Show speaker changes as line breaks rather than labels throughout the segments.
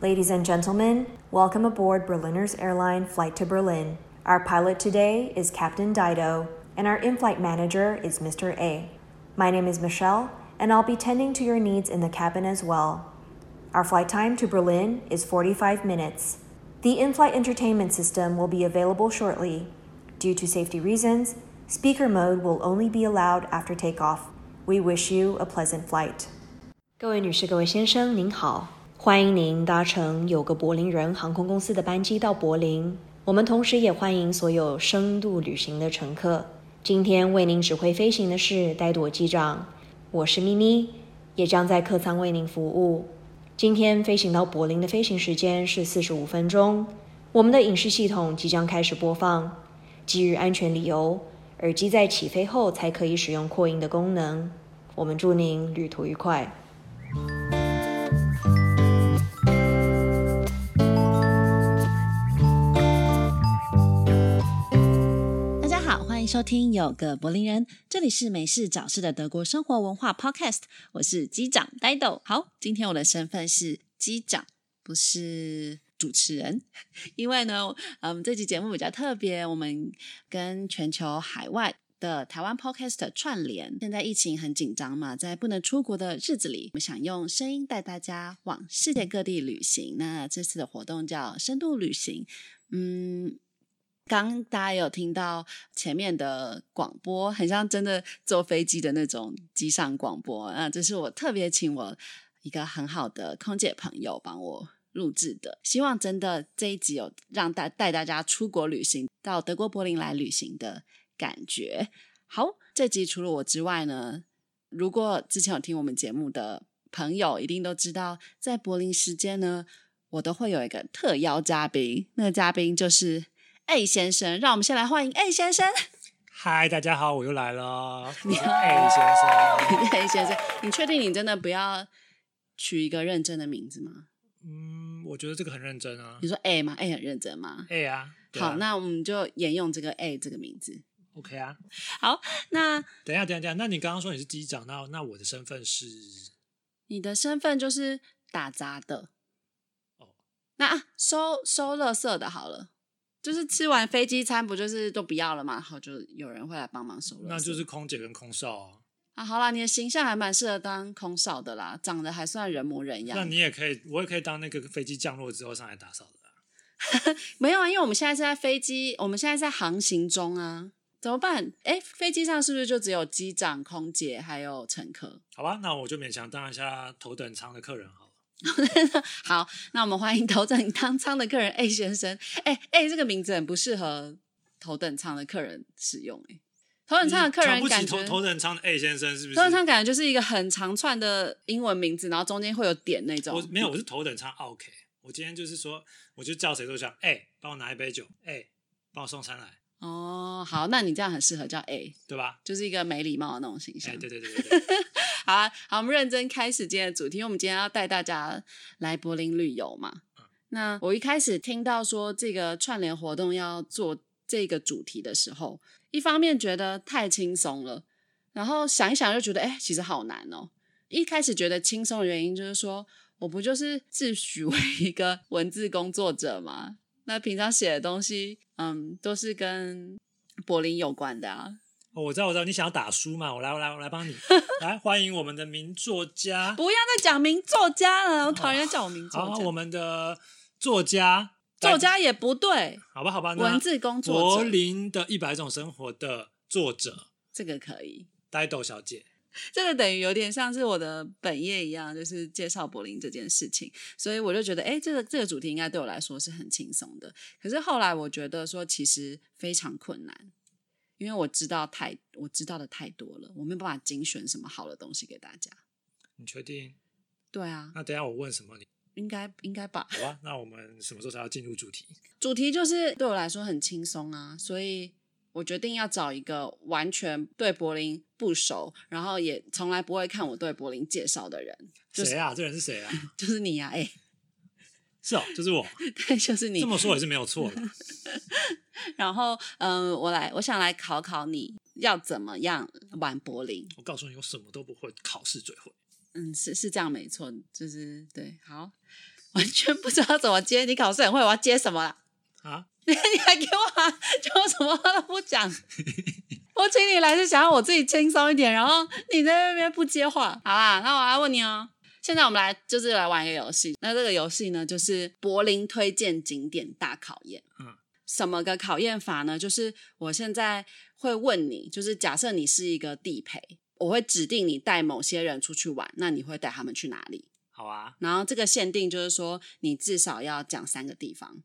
Ladies and gentlemen, welcome aboard Berliner's Airline Flight to Berlin. Our pilot today is Captain Dido, and our in flight manager is Mr. A. My name is Michelle, and I'll be tending to your needs in the cabin as well. Our flight time to Berlin is 45 minutes. The in flight entertainment system will be available shortly. Due to safety reasons, speaker mode will only be allowed after takeoff. We wish you a pleasant flight. 各位女士、各位先生，您好，欢迎您搭乘有个柏林人航空公司的班机到柏林。我们同时也欢迎所有深度旅行的乘客。今天为您指挥飞行的是呆朵机长，我是咪咪，也将在客舱为您服务。今天飞行到柏林的飞行时间是四十五分钟。我们的影视系统即将开始播放。基于安全理由，耳机在起飞后才可以使用扩音的功能。我们祝您旅途愉快。
大家好，欢迎收听有个柏林人，这里是美式早市的德国生活文化 Podcast，我是机长呆豆。好，今天我的身份是机长，不是主持人， 因为呢，嗯，这期节目比较特别，我们跟全球海外。的台湾 Podcast 串联，现在疫情很紧张嘛，在不能出国的日子里，我们想用声音带大家往世界各地旅行。那这次的活动叫深度旅行，嗯，刚大家有听到前面的广播，很像真的坐飞机的那种机上广播啊，这是我特别请我一个很好的空姐朋友帮我录制的，希望真的这一集有让大带大家出国旅行，到德国柏林来旅行的感觉。好，这集除了我之外呢，如果之前有听我们节目的朋友，一定都知道，在柏林时间呢，我都会有一个特邀嘉宾，那个嘉宾就是 A 先生，让我们先来欢迎 A 先生。
嗨，大家好，我又来了。你好，A 先生。
A 先生，你确定你真的不要取一个认真的名字吗？
嗯，我觉得这个很认真啊
你。说 A 吗？A 很认真吗？
A 啊，对啊
好，那我们就沿用这个 A 这个名字。
OK 啊。
那
等一下，等一下，等一下。那你刚刚说你是机长，那那我的身份是
你的身份就是打杂的。
哦
那啊，收收垃圾的好了，就是吃完飞机餐不就是都不要了嘛，然后就有人会来帮忙收垃圾。
那就是空姐跟空少啊。
啊，好啦，你的形象还蛮适合当空少的啦，长得还算人模人
那
样
你。也可以，我也可以当那个飞机降落之后上来打扫的啊、
没有啊，因为我们现在是在飞机，我们现在在航行中啊，怎么办？哎，飞机上是不是就只有机长、空姐还有乘客？
好吧，那我就勉强当一下头等舱的客人好了。
好，那我们欢迎头等舱舱的客人 A 先生。哎、哎，这个名字很不适合头等舱的客人使用、哎，头等舱的客
嗯瞧
人
不
感
起
觉
头头等舱的 A 先生是不是？
头等舱感觉就是一个很长串的英文名字，然后中间会有点那种。
我没有，我是头等舱啊 OK。我今天就是说，我就叫谁都想，哎、帮我拿一杯酒，哎、帮我送餐来，
哦，好，那你这样很适合叫 A，
对吧？
就是一个没礼貌的那种形
哎、
象。
对对对对对，
好啊，好，我们认真开始今天的主题。因为我们今天要带大家来柏林旅游嘛。
嗯
那我一开始听到说这个串联活动要做这个主题的时候，一方面觉得太轻松了，然后想一想就觉得，哎、其实好难哦。一开始觉得轻松的原因就是说，我不就是自诩为一个文字工作者嘛？那平常写的东西，嗯，都是跟柏林有关的啊。
哦，我知道，我知道，你想要打书嘛？我来，我来，我来 帮你，来欢迎我们的名作 家，
不要再讲名作家了，我讨厌叫我名作
哦好，
家。
我们的作家，
作家也不对，
好吧，好吧，那
文字工作
柏
者
林的一百种生活的作者
这个可以，
呆豆小姐，
这个等于有点像是我的本业一样，就是介绍柏林这件事情，所以我就觉得，哎，这个这个主题应该对我来说是很轻松的。可是后来我觉得说，其实非常困难，因为我知道太我知道的太多了，我没有办法精选什么好的东西给大家。
你确定？
对啊，
那等一下我问什么你？
应该应该吧。
好啊吧，那我们什么时候才要进入主题？
主题就是对我来说很轻松啊，所以我决定要找一个完全对柏林不熟，然后也从来不会看我对柏林介绍的人，就是
谁啊？这人是谁啊？
就是你呀、啊，哎、
是哦，就是我。
对，就是 你
这。么说也是没有错 的。
然后，嗯、我来，我想来考考你要怎么样玩柏林。
我告诉你，我什么都不会，考试最会。
嗯，是是这样没错，就是对。好， 完全不知道怎么接。你考试很会，我要接什么啦？
啊，
你 还给我、啊，就什么话都不讲。 我请你来是想要我自己轻松一点，然后你在那边不接话。好啦，那我来问你哦。现在我们来就是来玩一个游戏。那这个游戏呢，就是柏林推荐景点大考验。
嗯，
什么个考验法呢？就是我现在会问你，就是假设你是一个地陪，我会指定你带某些人出去玩，那你会带他们去哪里？
好啊
然后这个限定就是说，你至少要讲三个地方。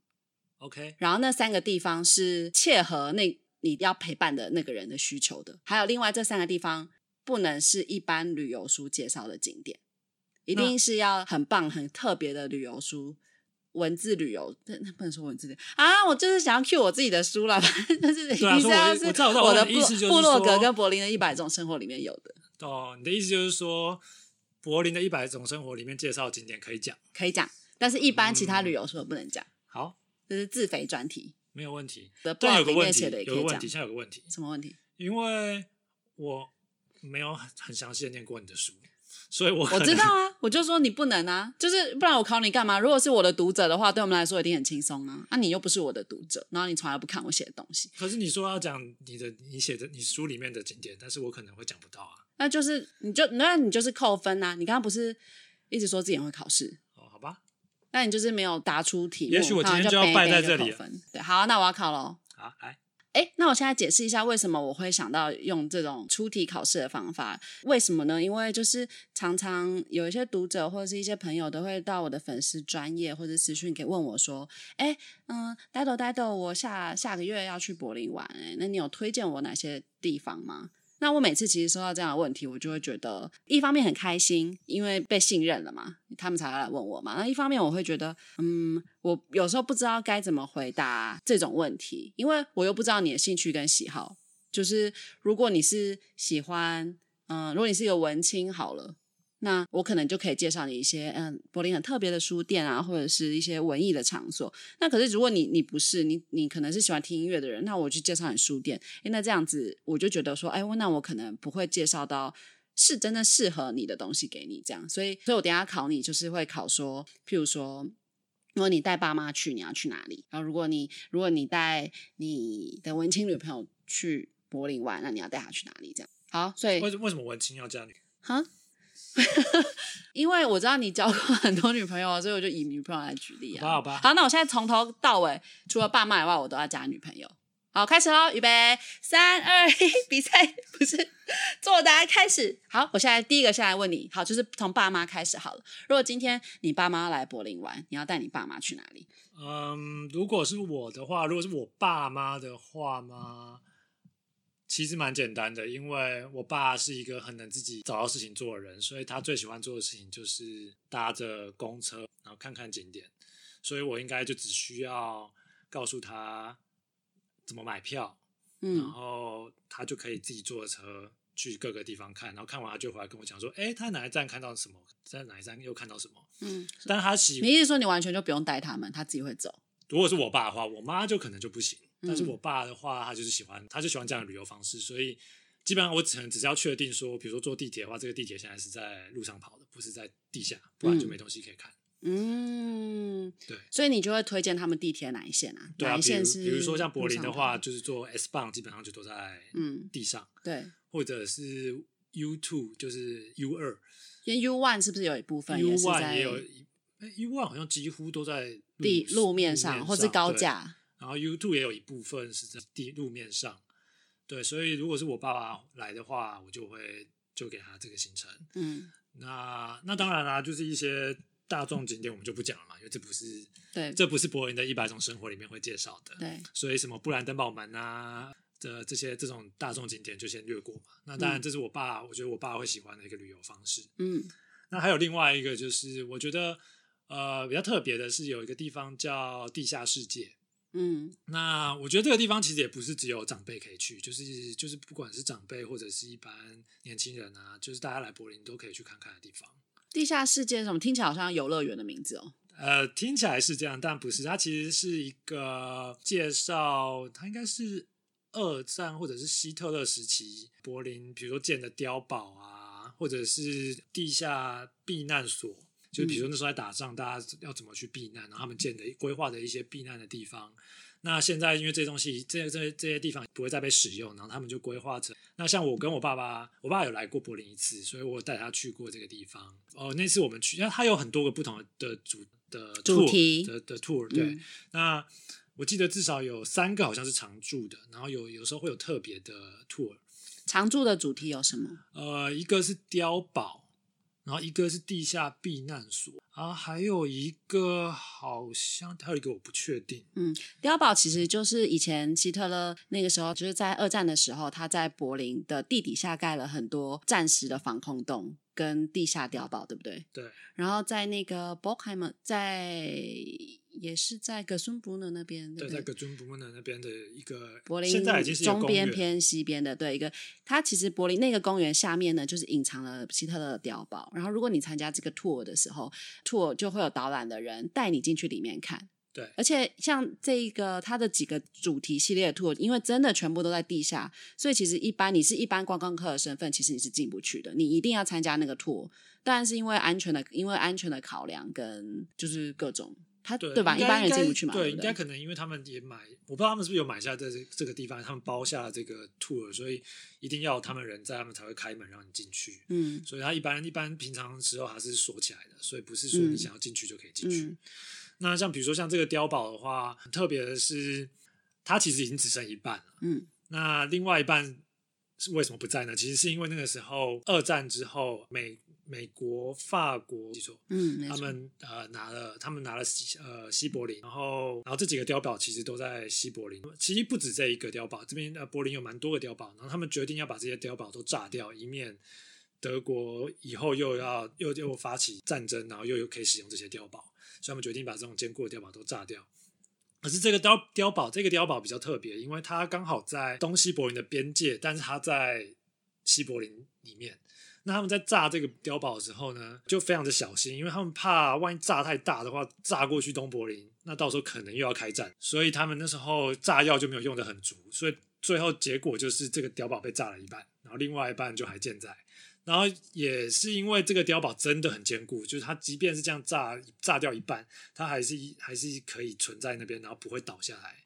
，OK，
然后那三个地方是切合那你要陪伴的那个人的需求的，还有另外这三个地方不能是一般旅游书介绍的景点，一定是要很棒、很特别的旅游书。文字旅游，那那不能说文字旅游啊！我就是想要 cue 我自己的书啦， 反正就是
对啊
你知道
所以我我知道我知道
我的
我的意思就是
部部落格
说
跟柏林的一百种生活里面有的，
哦，你的意思就是说，柏林的一百种生活里面介绍景点可以讲，
可以讲，但是一般其
嗯
他旅游书我不能讲，
好，
这是自肥专题。
没有问题。
我的
啊但有
blog
个
里
问
面
题，
写的也可
有个
以
问
讲
题，，现在有个问题，
什么问题？
因为我没有很很详细的念过你的书，所以我
我
我
知道啊，我就说你不能啊，就是不然我考你干嘛？如果是我的读者的话，对我们来说一定很轻松啊。啊，你又不是我的读者，然后你从来不看我写的东西，
可是你说要讲你的你写的你书里面的景点，但是我可能会讲不到啊。
那就是你就那你就是扣分啊。你刚刚不是一直说自己很会考试，
哦，好吧，
那你就是没有答出题目，
也许我今天
然后
就要
背
败
背
在这
扣
里了
分对，好，啊那我要考喽。
好，来，
哎，那我现在解释一下为什么我会想到用这种出题考试的方法。为什么呢？因为就是常常有一些读者或者是一些朋友都会到我的粉丝专业或者私讯给问我说：“哎，嗯，呆豆呆豆，我下下个月要去柏林玩、诶那你有推荐我哪些地方吗？”那我每次其实收到这样的问题，我就会觉得一方面很开心，因为被信任了嘛，他们才会来问我嘛。那一方面我会觉得，嗯，我有时候不知道该怎么回答这种问题，因为我又不知道你的兴趣跟喜好。就是如果你是喜欢，嗯、如果你是一个文青好了，那我可能就可以介绍你一些，嗯，柏林很特别的书店啊，或者是一些文艺的场所。那可是如果你你不是你你可能是喜欢听音乐的人，那我去介绍你书店，诶那这样子我就觉得说，哎，那我可能不会介绍到是真的适合你的东西给你这样，所以所以我等一下考你就是会考说，譬如说。如果你带爸妈去，你要去哪里？然后如果你如果你带你的文青女朋友去柏林玩，那你要带她去哪里？这样好，所以
为什为什么文青要加你？
哈， 因为我知道你交过很多女朋友啊，所以我就以女朋友来举例啊。
好吧好吧
好，那我现在从头到尾，除了爸妈以外，我都要加女朋友。好，开始喽！预备，三二一， 比赛不是作答开始。好，我现在第一个先来问你，好，就是从爸妈开始好了。如果今天你爸妈要来柏林玩，你要带你爸妈去哪里？
嗯，如果是我的话，如果是我爸妈的话嘛，其实蛮简单的，因为我爸是一个很能自己找到事情做的人，所以他最喜欢做的事情就是搭着公车，然后看看景点。所以我应该就只需要告诉他怎么买票，然
嗯，
后他就可以自己坐车去各个地方看，然后看完他就回来跟我讲说，哎，他哪一站看到什么，在哪一站又看到什么。
嗯，
但他喜
你意思说你完全就不用带他们，他自己会走？
如果是我爸的话，我妈就可能就不行。
嗯
但是我爸的话，他就是喜欢，他就喜欢这样的旅游方式，所以基本上我只能只是要确定说，比如说坐地铁的话，这个地铁现在是在路上跑的，不是在地下，不然就没东西可以看。
嗯，
对
所以你就会推荐他们地铁哪一线啊？
对啊，
哪一
比如
线是？
比如说像柏林的话，，就是坐 S 棒基本上就都在
啊嗯，
地上，
对，
或者是 U two 就是 U 二
因为 U One 是不是有一部分
U
是
one
在
也有，U one 好像几乎都在
地路面
上
上，或是高
对
架？
然后 U two 也有一部分是在地路面上，对，所以如果是我爸爸来的话，我就会就给他这个行程。
嗯，
那那当然啦、就是一些大众景点我们就不讲了嘛，因为这不是
对
这不是柏林的一百种生活里面会介绍的，
对，
所以什么布兰登堡门啊的这些这种大众景点就先略过嘛。那当然，
嗯
这是我爸，我觉得我爸会喜欢的一个旅游方式。
嗯
那还有另外一个就是，我觉得呃比较特别的是有一个地方叫地下世界，
嗯
那我觉得这个地方其实也不是只有长辈可以去，就是就是不管是长辈或者是一般年轻人啊，就是大家来柏林都可以去看看的地方。
地下世界是什么？听起来好像游乐园的名字哦。
呃，听起来是这样，但不是，它其实是一个介绍，它应该是二战或者是希特勒时期柏林，比如说建的碉堡啊，或者是地下避难所。就是比如说那时候在打仗，大家要怎么去避难，然后他们建的规划的一些避难的地方。那现在因为这些东西，这些这些这些地方不会再被使用，然后他们就规划成。那像我跟我爸爸，我爸有来过柏林一次，所以我带他去过这个地方。哦，那次我们去，因为它有很多个不同的主的
主
tour，
题
的的 tour，对。
嗯
那我记得至少有三个好像是常驻的，然后有有时候会有特别的 tour，
常驻的主题有什么？
呃，一个是碉堡，然后一个是地下避难所，啊，还有一个好像还有一个我不确定，
碉堡其实就是以前希特勒那个时候，就是在二战的时候，他在柏林的地底下盖了很多暂时的防空洞跟地下碉堡，对不对？
对。
然后在那个 b o c h e i m 在也是在格孙布勒那边，
对，
不
在格尊布那那边的一个，
柏林
现在已经是一个
中
公
边
园
偏西边的，对一个，它其实柏林那个公园下面呢，就是隐藏了希特勒的碉堡。然后，如果你参加这个 tour 的时候，tour 就会有导览的人带你进去里面看。
对
而且像这一个它的几个主题系列的 tour，因为真的全部都在地下，所以其实一般你是一般观光客的身份，其实你是进不去的。你一定要参加那个 tour，但是因为安全的，因为安全的考量跟就是各种，它
对
吧？
应
一
该
般人
应该
进不去嘛，
对，
不
应该可能因为他们也买，我不知道他们是不是有买下这这个地方，他们包下这个 tour，所以一定要有他们人在，他们才会开门让你进去。
嗯
所以他一般一般平常时候还是锁起来的，所以不是说你想要进去就可以进去。
嗯
那像比如说像这个碉堡的话，很特别的是，它其实已经只剩一半了。
嗯
那另外一半是为什么不在呢？其实是因为那个时候二战之后，美美国、法国，记错，
嗯，没
他
错
们呃拿了，他们拿了西呃西柏林，然后然后这几个碉堡其实都在西柏林，其实不止这一个碉堡，这边呃柏林有蛮多个碉堡，然后他们决定要把这些碉堡都炸掉，以免德国以后又要 又又发起战争，然后又又可以使用这些碉堡，所以他们决定把这种坚固的碉堡都炸掉。可是这个碉碉堡，这个碉堡比较特别，因为它刚好在东西柏林的边界，但是它在西柏林里面。那他们在炸这个碉堡的时候呢，就非常的小心，因为他们怕万一炸太大的话，炸过去东柏林，那到时候可能又要开战，所以他们那时候炸药就没有用的很足，所以最后结果就是这个碉堡被炸了一半，然后另外一半就还健在。然后也是因为这个碉堡真的很坚固，就是它即便是这样炸炸掉一半，它还是一还是可以存在那边，然后不会倒下来。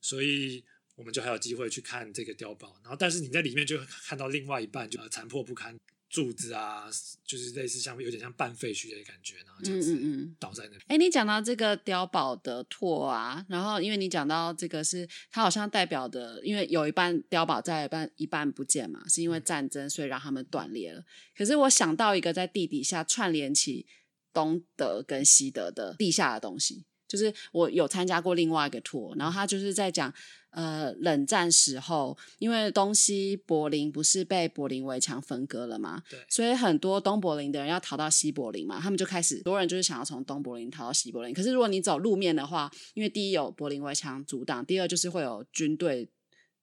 所以我们就还有机会去看这个碉堡。然后，但是你在里面就会看到另外一半就呃残破不堪，柱子啊，就是类似像有点像半废墟的感觉，然后这样
嗯嗯
子
嗯。
倒在那边。
哎，你讲到这个碉堡的拓啊，然后因为你讲到这个是它好像代表的，因为有一半碉堡在一半一半不见嘛，是因为战争，所以让他们断裂了。可是我想到一个在地底下串联起东德跟西德的地下的东西，就是我有参加过另外一个 tour，然后他就是在讲。呃，冷战时候，因为东西柏林不是被柏林围墙分割了吗？
对
所以很多东柏林的人要逃到西柏林嘛，他们就开始，很多人就是想要从东柏林逃到西柏林。可是如果你走路面的话，因为第一有柏林围墙阻挡，第二就是会有军队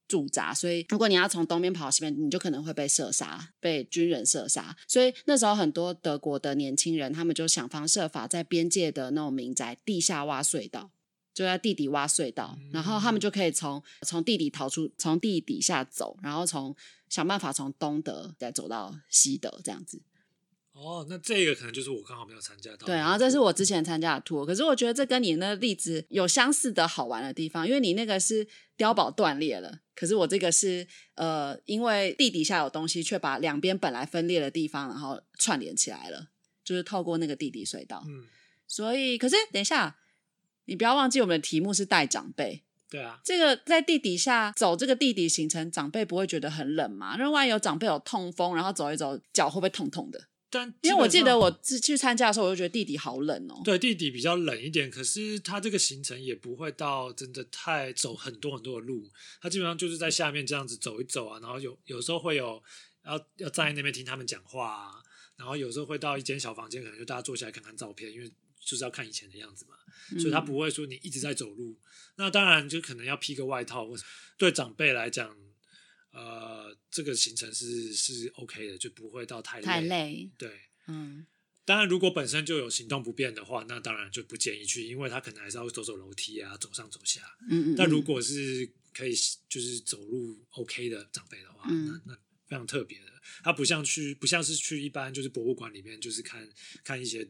驻扎，所以如果你要从东边跑到西边，你就可能会被射杀，被军人射杀。所以那时候很多德国的年轻人，他们就想方设法在边界的那种民宅地下挖隧道。就在地底挖隧道，然后他们就可以从从地底逃出，从地底下走，然后从想办法从东德再走到西德这样子。
哦，那这个可能就是我刚好没有参加到的。
对，然后这是我之前参加的 tour，可是我觉得这跟你那例子有相似的好玩的地方，因为你那个是碉堡断裂了，可是我这个是呃，因为地底下有东西，却把两边本来分裂的地方，然后串联起来了，就是透过那个地底隧道。
嗯，
所以，可是等一下，你不要忘记我们的题目是带长辈。
对啊，
这个在地底下走这个地底行程，长辈不会觉得很冷吗？那万一有长辈有痛风，然后走一走，脚会不会痛痛的？
但
因为我记
基本
得
上
我自去参加的时候，我就觉得地底好冷哦。
对地底比较冷一点，可是它这个行程也不会到真的太走很多很多的路，它基本上就是在下面这样子走一走啊，然后有有时候会有要要站在那边听他们讲话啊，然后有时候会到一间小房间，可能就大家坐下来看看照片，因为就是要看以前的样子嘛，
嗯
所以它不会说你一直在走路。那当然就可能要披个外套，或者对长辈来讲，呃，这个行程是是 OK 的，就不会到太累
太累，
对。
嗯，
当然，如果本身就有行动不便的话，那当然就不建议去，因为他可能还是要走走楼梯啊，走上走下。
嗯嗯。
但如
嗯
果是可以就是走路 OK 的长辈的话，
嗯
那那非常特别的，它不像去不像是去一般就是博物馆里面就是看看一些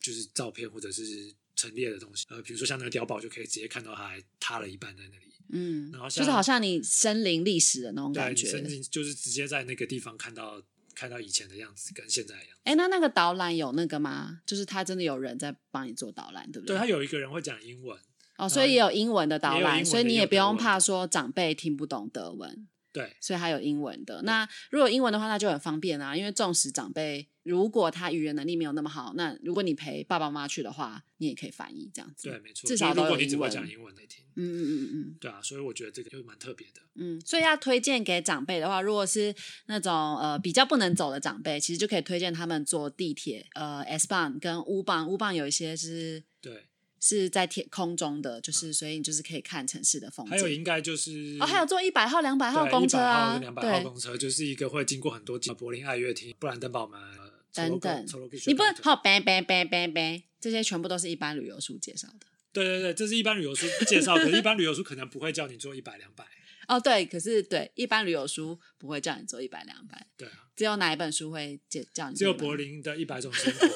就是照片或者是陈列的东西，呃，比如说像那个碉堡就可以直接看到它还塌了一半在那里，
嗯，
然后
就
像
是好像你身临历史的那种
对，
感
你甚
觉。
至就是直接在那个地方看到看到以前的样子跟现在的样子。
哎，那那个导览有那个吗？就是他真的有人在帮你做导览，对不
对，
对
他有一个人会讲英文，
哦，所以也有英文的导
也有英
览，
文的
所以你
也
也
有
不用
德文
怕说长辈听不懂德文，
对，
所以还有英文的。那如果有英文的话，那就很方便啊，因为纵使长辈如果他语言能力没有那么好，那如果你陪爸爸妈妈去的话，你也可以翻译这样子。
对，没错。
至少
就是如
都有
果你只
英
会
文
讲英文来听，
嗯嗯嗯嗯
对啊，所以我觉得这个就蛮特别的。
嗯，所以要推荐给长辈的话，如果是那种呃比较不能走的长辈，其实就可以推荐他们坐地铁，呃 S 棒跟 U 棒，U 棒有一些是
对，
是在天空中的，就是所以你就是可以看城市的风景。
嗯还有应该就是
哦，还有坐一百号、两百号
对
公车啊，
100号跟200号
对，
公车就是一个会经过很多景柏林爱乐厅、布兰登堡门呃
等
Zoological-
等
Zoological，
你不能
对
好 bang bang bang bang bang，这些全部都是一般旅游书介绍的。
对对对，这是一般旅 游书介绍，可是一般旅游书可能不会叫你做一百两百。
哦，对，可是对一般旅游书不会叫你坐一百、两百，
对 啊，
只有哪一本书会介叫你
只
坐
有
100
柏林的一百种 生活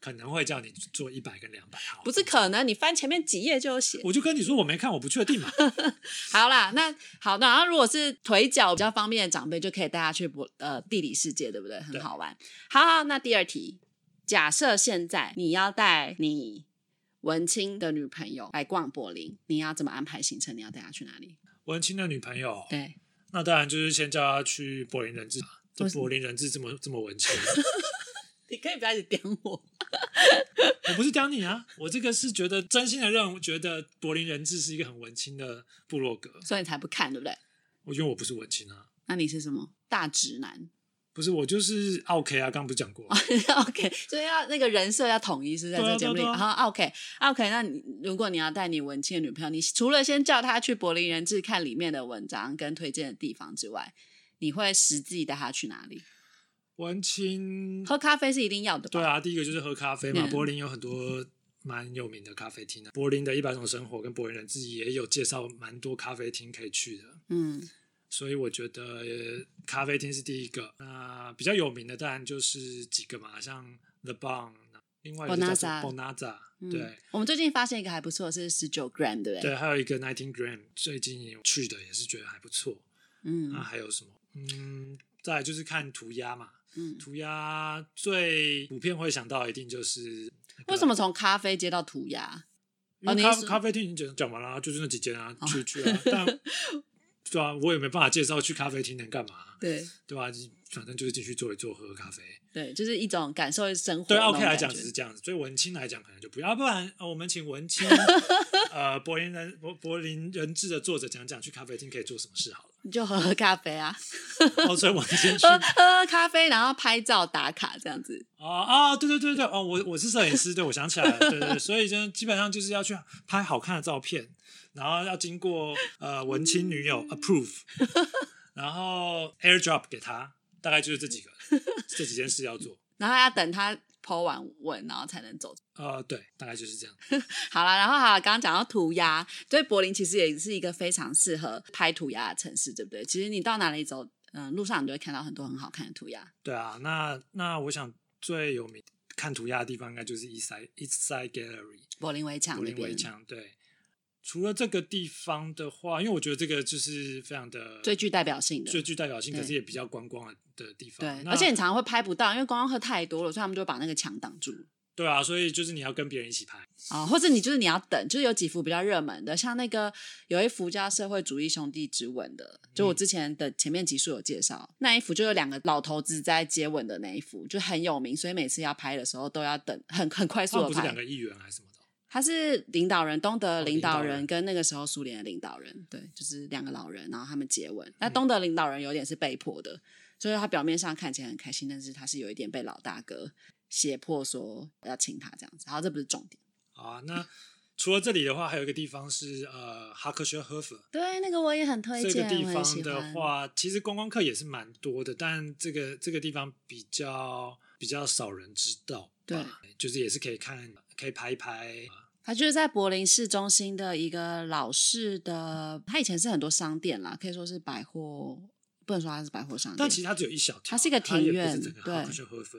可能会叫你做一百跟两百号。
不是可能，你翻前面几页就有写。
我就跟你说我没看，我不确定嘛。
好啦，那好，那然后如果是腿脚比较方便的长辈，就可以带他去博呃地理世界，对不对？很
对
好玩。好好，那第二题，假设现在你要带你文青的女朋友来逛柏林，你要怎么安排行程？你要带她去哪里？
文青的女朋友，
对，
那当然就是先叫她去柏林人质。这
为什么
柏林人质这么这么文青，
你可以不要一直点我。
我不是刁你啊，我这个是觉得真心的认为，觉得柏林人质是一个很文青的部落格。
所以你才不看，对不对？
我因为我不是文青啊，
那你是什么大直男
不是我就是 OK 啊，刚刚不是讲
哦
过，
？OK，所以要那个人设要统一，是不是在
对
这
啊
个节目里。
对啊对啊
好 OK OK，那你如果你要带你文青的女朋友，你除了先叫她去柏林人志看里面的文章跟推荐的地方之外，你会实际带她去哪里？
文青
喝咖啡是一定要的吧？
对，啊，第一个就是喝咖啡嘛。
嗯
柏林有很多蛮有名的咖啡厅啊，柏林的一百种生活跟柏林人自己也有介绍蛮多咖啡厅可以去的，
嗯，
所以我觉得呃咖啡厅是第一个。那比较有名的当然就是几个嘛，像 The Bun，另外一个叫做
Bonanza
Bonaza，
嗯
对。
我们最近发现一个还不错，是十九 gram，对不对？
对，，啊还有一个 Nineteen Gram，最近有去的也是觉得还不错。那、
嗯
还有什么？嗯，再来就是看涂鸦嘛，
嗯。
涂鸦最普遍会想到一定就是那个
为什么从咖啡接到涂鸦？
因
哦你
为
是
咖、
说
咖啡厅已经讲讲完了、啊，就是那几间啊
哦，
去去 啊，但对啊，我也没办法介绍去咖啡厅能干嘛，
对
对吧、反正就是进去坐一坐，喝喝咖啡。
对，就是一种感受生活
对
那
啊
种
OK
感觉。
来讲只是这样子，对文青来讲可能就不要，不然、呃我们请 文青，呃，柏林人柏柏林人质的作者讲讲去咖啡厅可以做什么事好了。
你就喝喝咖啡啊。
哦，所以文青去
喝喝咖啡，然后拍照打卡这样子。
哦啊，对对对对，哦，我我是摄影师，对我想起来了，对对对，所以就基本上就是要去拍好看的照片，然后要经过呃文青女友 approve，然后 airdrop 给他，大概就是这几个这几件事要做，
然后要等他剖完文，然后才能走。
呃，对，大概就是这样，
好啦，然后好，刚刚讲到涂鸦，所以柏林其实也是一个非常适合拍涂鸦的城市，对不对？其实你到哪里走，嗯、路上你就会看到很多很好看的涂鸦。
对啊，那那我想最有名看涂鸦的地方应该就是 East Side East Side Gallery，
柏林围墙
柏
那
林围
边
墙，对。除了这个地方的话，因为我觉得这个就是非常的
最具代表性的
最。具代表性，
对
可是也比较观光的地方。
对，
那
而且你常常会拍不到，因为观光客太多了，所以他们就会把那个墙挡住。
对啊，所以就是你要跟别人一起拍。
啊、或者你就是你要等，就是有几幅比较热门的，像那个有一幅叫《社会主义兄弟之吻》的，就
嗯
我之前的前面集数有介绍，那一幅就有两个老头子在接吻的那一幅，就很有名，所以每次要拍的时候都要等，很很快
他
速
们
的
不是两
拍。
个议员还是什么的哦？
他是领导人，东德
哦
领
领
导
导
人
人
跟那个时候苏联的领导人，对，就是两个老人，然后他们接吻。那
嗯
东德领导人有点是被迫的，所以他表面上看起来很开心，但是他是有一点被老大哥胁迫说要亲他这样子。然后这不是重点。
好啊，那除了这里的话，还有一个地方是呃哈克薛赫夫。
对，那个我也很推
这
荐，
个地
我很喜
方
欢
的。话，其实观光客也是蛮多的，但这个这个地方比较比较少人知道吧，就是也是可以看，可以拍一拍。
它就是在柏林市中心的一个老式的，它以前是很多商店啦，可以说是百货，不能说它是百货商店，
但其实它只有一小条，
它是一个庭院
它也不是整个
对
哈克薛赫夫。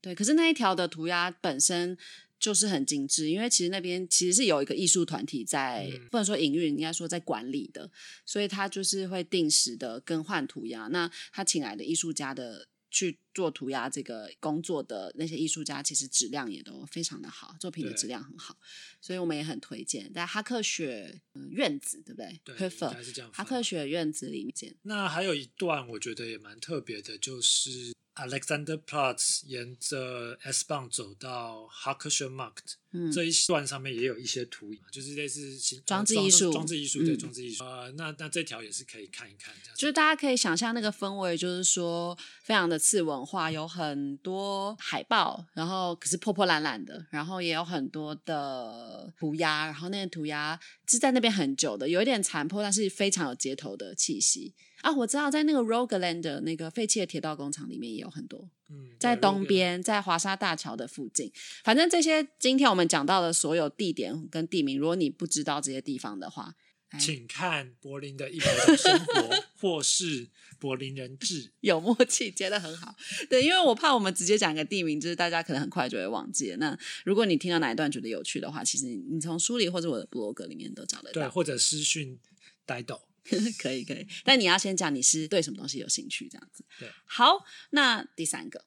对。可是那一条的涂鸦本身就是很精致，因为其实那边其实是有一个艺术团体在，
嗯
不能说营运，应该说在管理的，所以他就是会定时的更换涂鸦。那他请来的艺术家的去做涂鸦这个工作的那些艺术家，其实质量也都非常的好，作品的
对
质量很好，所以我们也很推荐在哈克雪、嗯院子，对不对？
对，
h
应
f
该是这样
哈
翻。
克雪院子里面，
那还有一段我觉得也蛮特别的，就是 Alexanderplatz 沿着 S 棒走到 h a c k e s c h e m a r k t
嗯，
这一段上面也有一些图，就是类似形呃
装置艺术
装置艺术对
嗯
装置艺术。呃，那那这条也是可以看一看，这样子
就是大家可以想象那个氛围，就是说非常的次文化，有很多海报，然后可是破破烂烂的，然后也有很多的涂鸦，然后那个涂鸦是在那边很久的，有一点残破，但是非常有街头的气息啊！我知道在那个 Rogaland 的那个废弃的铁道工厂里面也有很多，
嗯，
在
对
东，边，在华沙大桥的附近。反正这些今天我们讲到的所有地点跟地名，如果你不知道这些地方的话，哎
如果请看柏林的一百种生活， 或是柏林人志。
有默契，接的很好。对，因为我怕我们直接讲个地名，就是大家可能很快就会忘记了。那如果你听到哪一段觉得有趣的话，其实你你从书里或者我的 blog 里面都找得
对，
到。
或者私讯呆豆。
可以可以，但你要先讲你是对什么东西有兴趣，这样子。
对，
好，那第三个，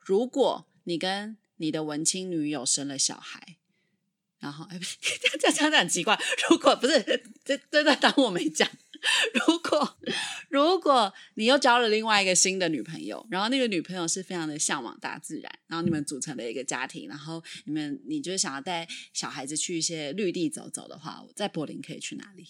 如果你跟你的文青女友生了小孩。然后，哎，不是 这样这样很奇怪。如果不是，这这这当我没讲。如果如果你又交了另外一个新的女朋友，然后那个女朋友是非常的向往大自然，然后你们组成了一个家庭，然后你们你就是想要带小孩子去一些绿地走走的话，在柏林可以去哪里？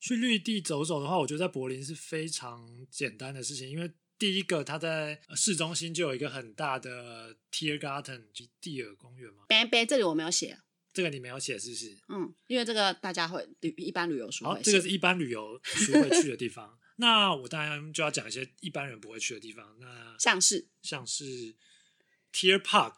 去绿地走走的话，我觉得在柏林是非常简单的事情，因为第一个它在呃市中心就有一个很大的 Tiergarten，就蒂尔公园嘛。
拜拜，这里我没有写，啊
这个你没有写是不是？
嗯，因为这个大家会旅一般旅游书
好，
会
这个
写
是一般 旅游书会去的地方。那我当然就要讲一些一般人不会去的地方，那
像是
像是 Tier Park，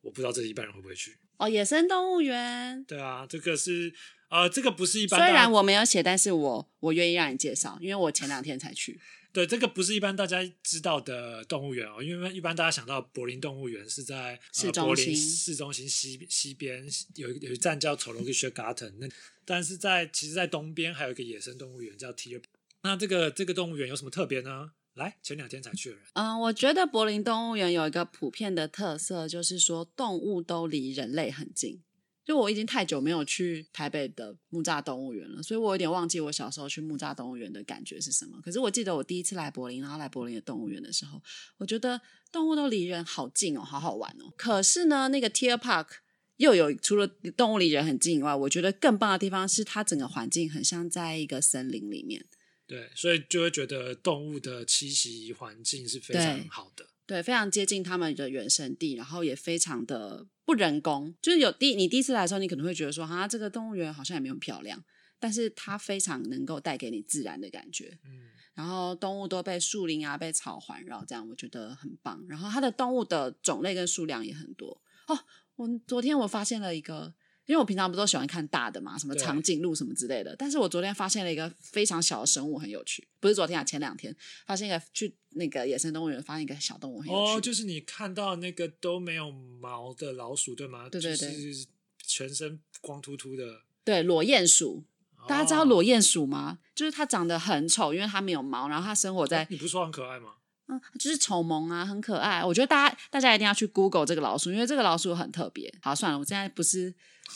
我不知道这一般人会不会去。
哦野生动物园。
对啊，这个是呃，这个不是一
虽
般大家
然我没有写，但是我我愿意让你介绍，因为我前两天才去。
对，这个不是一般大家知道的动物园哦，因为一般大家想到柏林动物园是在、呃、
市中
柏林
心
市中心西西边有一有一站叫 t o r o g i s h Garten，那但是在其实，在东边还有一个野生动物园叫 Tier。那这个这个动物园有什么特别呢？来，前两天才去的人，
嗯，我觉得柏林动物园有一个普遍的特色，就是说动物都离人类很近。就我已经太久没有去台北的木栅动物园了，所以我有点忘记我小时候去木栅动物园的感觉是什么。可是我记得我第一次来柏林，然后来柏林的动物园的时候，我觉得动物都离人好近哦，好好玩哦。可是呢，那个 Tier Park 又有除了动物离人很近以外，我觉得更棒的地方是它整个环境很像在一个森林里面。
对，所以就会觉得动物的栖息环境是非常
对
好的。嗯
对，非常接近他们的原生地，然后也非常的不人工。就是有第你第一次来的时候，你可能会觉得说，啊，这个动物园好像也没有很漂亮，但是它非常能够带给你自然的感觉。
嗯，
然后动物都被树林啊、被草环绕，这样我觉得很棒。然后它的动物的种类跟数量也很多哦。我昨天我发现了一个，因为我平常不都喜欢看大的嘛，什么
对
长颈鹿什么之类的，但是我昨天发现了一个非常小的生物，很有趣。不是昨天啊，前两天发现一个去那个野生动物园发现一个小动物很有趣，
哦，就是你看到那个都没有毛的老鼠，对吗？
对对对
就是全身光秃秃的。
对裸鼹鼠。大家知道
哦
裸鼹鼠吗？就是它长得很丑，因为它没有毛，然后它生活在
哦你不是说很可爱吗？
嗯，就是丑萌啊，很可爱。我觉得大家大家一定要去 Google 这个老鼠，因为这个老鼠很特别。好，算了，我现在不是，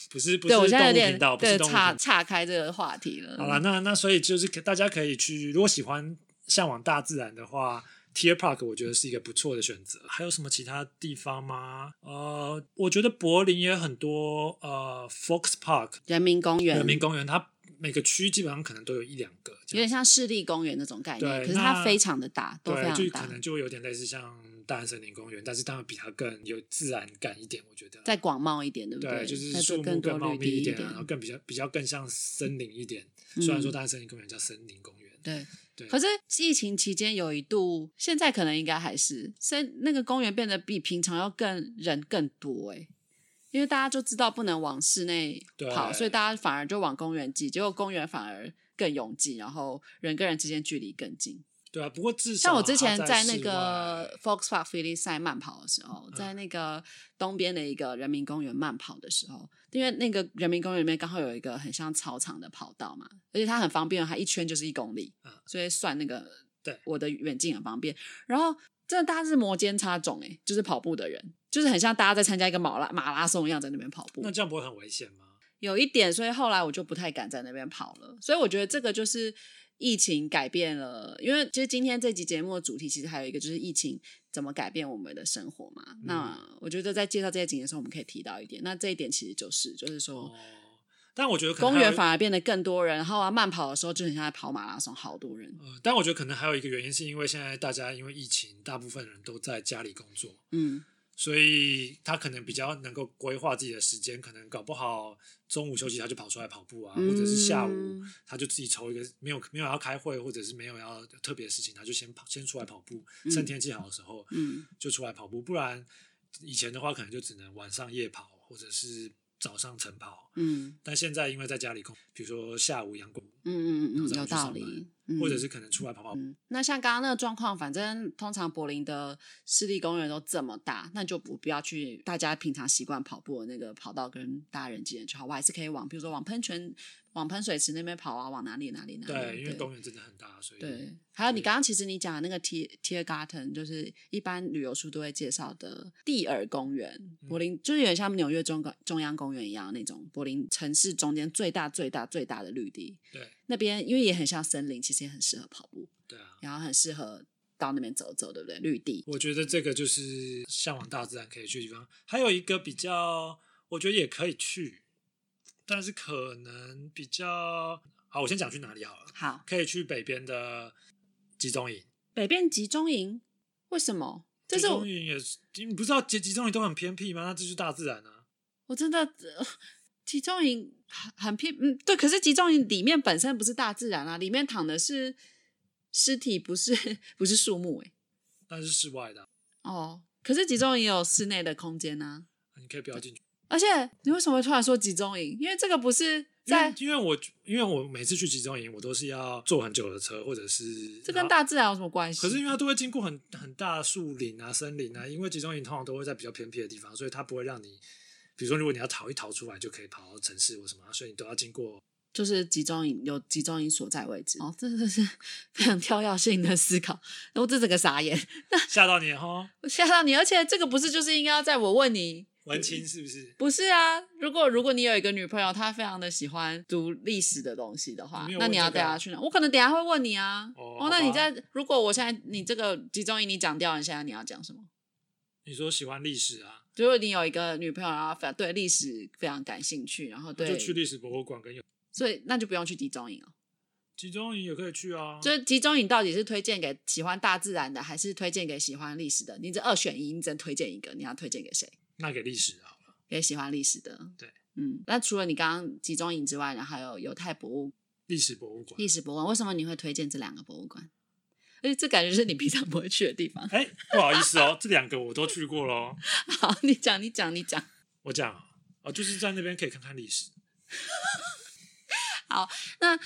不是，不是
对我现在有
动物
点
频道，不
对嗯
是动物频
岔
道。
岔开这个话题了。
好了，那那所以就是可大家可以去，如果喜欢向往大自然的话。Tier Park 我觉得是一个不错的选择。还有什么其他地方吗？呃，我觉得柏林也很多呃，Fox Park
人民公园，
人民公园，它每个区基本上可能都有一两个
有
这样，
点像市立公园那种概念，
对
可是它
那
非常的大，都非
对，
常
就可
大，
能就会有点类似像大安森林公园，但是当然比它更有自然感一点，我觉得。
再广袤一点，对不
对，就是
再做
树木
多
更茂
绿
密一
地
点啊，
点
然。后更比较比较更像森林一点。虽然
嗯
说大安森林公园叫森林公园，
对，
对，
可是疫情期间有一度，现在可能应该还是，所以那个公园变得比平常要更人更多哎、因为大家就知道不能往室内
对
跑，所以大家反而就往公园挤，结果公园反而更拥挤，然后人跟人之间距离更近。
对啊，不过至少
像我之前
他在
那
室
个
外嗯
Foxpark 菲利赛慢跑的时候，在那个东边的一个人民公园慢跑的时候，因为那个人民公园里面刚好有一个很像操场的跑道嘛，而且它很方便，它一圈就是一公里
嗯，
所以算那个
对
我的远近很方便。然后真的大家是摩肩擦踵诶、就是跑步的人，就是很像大家在参加一个马拉马拉松一样在那边跑步。
那这样不会很危险吗？
有一点，所以后来我就不太敢在那边跑了。所以我觉得这个就是疫情改变了，因为就是今天这集节目的主题其实还有一个就是疫情怎么改变我们的生活嘛。
嗯
那我觉得在介绍这些景点的时候，我们可以提到一点。那这一点其实就是就是说。
哦，但我觉得可能
公
还有
园反而变得更多人，然后啊，慢跑的时候就很像在跑马拉松，好多人。
呃，但我觉得可能还有一个原因，是因为现在大家因为疫情，大部分人都在家里工作，
嗯，
所以他可能比较能够规划自己的时间，可能搞不好中午休息他就跑出来跑步啊，或者是下午
嗯
他就自己抽一个没有没有要开会，或者是没有要特别的事情，他就先跑先出来跑步，趁天气好的时候，
嗯，
就出来跑步，不然以前的话可能就只能晚上夜跑或者是早上晨跑，
嗯
但现在因为在家里工，比如说下午阳光，
嗯嗯嗯
然后
嗯，
再
有
去
道
上班
理。嗯
或者是可能出来跑跑步
嗯，那像刚刚那个状况，反正通常柏林的湿地公园都这么大，那就不必要去大家平常习惯跑步的那个跑道跟大家人挤人就好。我还是可以往，比如说往喷泉、往喷水池那边跑啊，往哪里哪里哪里。
对，因为公园真的很大，所以
嗯对，还有你刚刚其实你讲的那个 Tier Tier Garden，就是一般旅游书都会介绍的蒂尔公园，
嗯
柏林就是有点像纽约中港中央公园一样那种柏林城市中间最大最大最大的绿地，
对
那边因为也很像森林，其实也很适合跑步。
对啊，
然后很适合到那边走走，对不对？绿地，
我觉得这个就是向往大自然可以去的地方。还有一个比较，我觉得也可以去，但是可能比较好，我先讲去哪里好了，
好，
可以去北边的集中营。
北边集中营，为什么？这是
集
我
中营也是，你不知道集集中营都很偏僻吗？那这就是大自然啊。
我真的、呃集中营很很偏，嗯，对。可是集中营里面本身不是大自然啊，里面躺的是尸体，不是不是树木、欸，
但是室外的啊、
哦。可是集中营也有室内的空间啊，
你可以不要进去。
而且你为什么会突然说集中营？因为这个不是
因为
在
因为我因为我每次去集中营，我都是要坐很久的车，或者是
这跟。大自然有什么关系？
可是因为它都会经过很很大的树林啊、森林啊，因为集中营通常都会在比较偏僻的地方，所以它不会让你，比如说如果你要逃一逃出来，就可以跑到城市或什么啊，所以你都要 经过。
就是集中营有集中营所在位置哦，这这是 非常跳跃性的思考， 我这整个傻眼，
吓到你哈，
我吓到你，而且这个不是就是应该要在我问你，
文青是不是？
不是啊？如果如果你有一个女朋友，她非常的喜欢读历史的东西的话
你没，有
那
问
你要
这个
带她
啊
去哪？我可能等一下会问你啊。
哦
那
好
你
吧
在如果我现在你这个集中营你讲掉，你现在你要讲什么？
你说喜欢历史啊，
如果你有一个女朋友，然后非对历史非常感兴趣，然后
那
对
就，去历史博物馆跟有
所以那就不用去集中营了。
集中营也可以去啊。
就是集中营到底是推荐给喜欢大自然的，还是推荐给喜欢历史的？你这二选一，你只能推荐一个，你要推荐给谁？
那给历史啊好了，
给喜欢历史的。
对，
嗯。那除了你刚刚集中营之外，然后还有犹太博物、
历史博物馆。
历史博物馆，为什么你会推荐这两个博物馆？而且这感觉是你平常不会去的地方。
哎、不好意思哦，这两个我都去过喽。
好，你讲，你讲，你讲。
我讲啊、哦，就是在那边可以看看历史。
那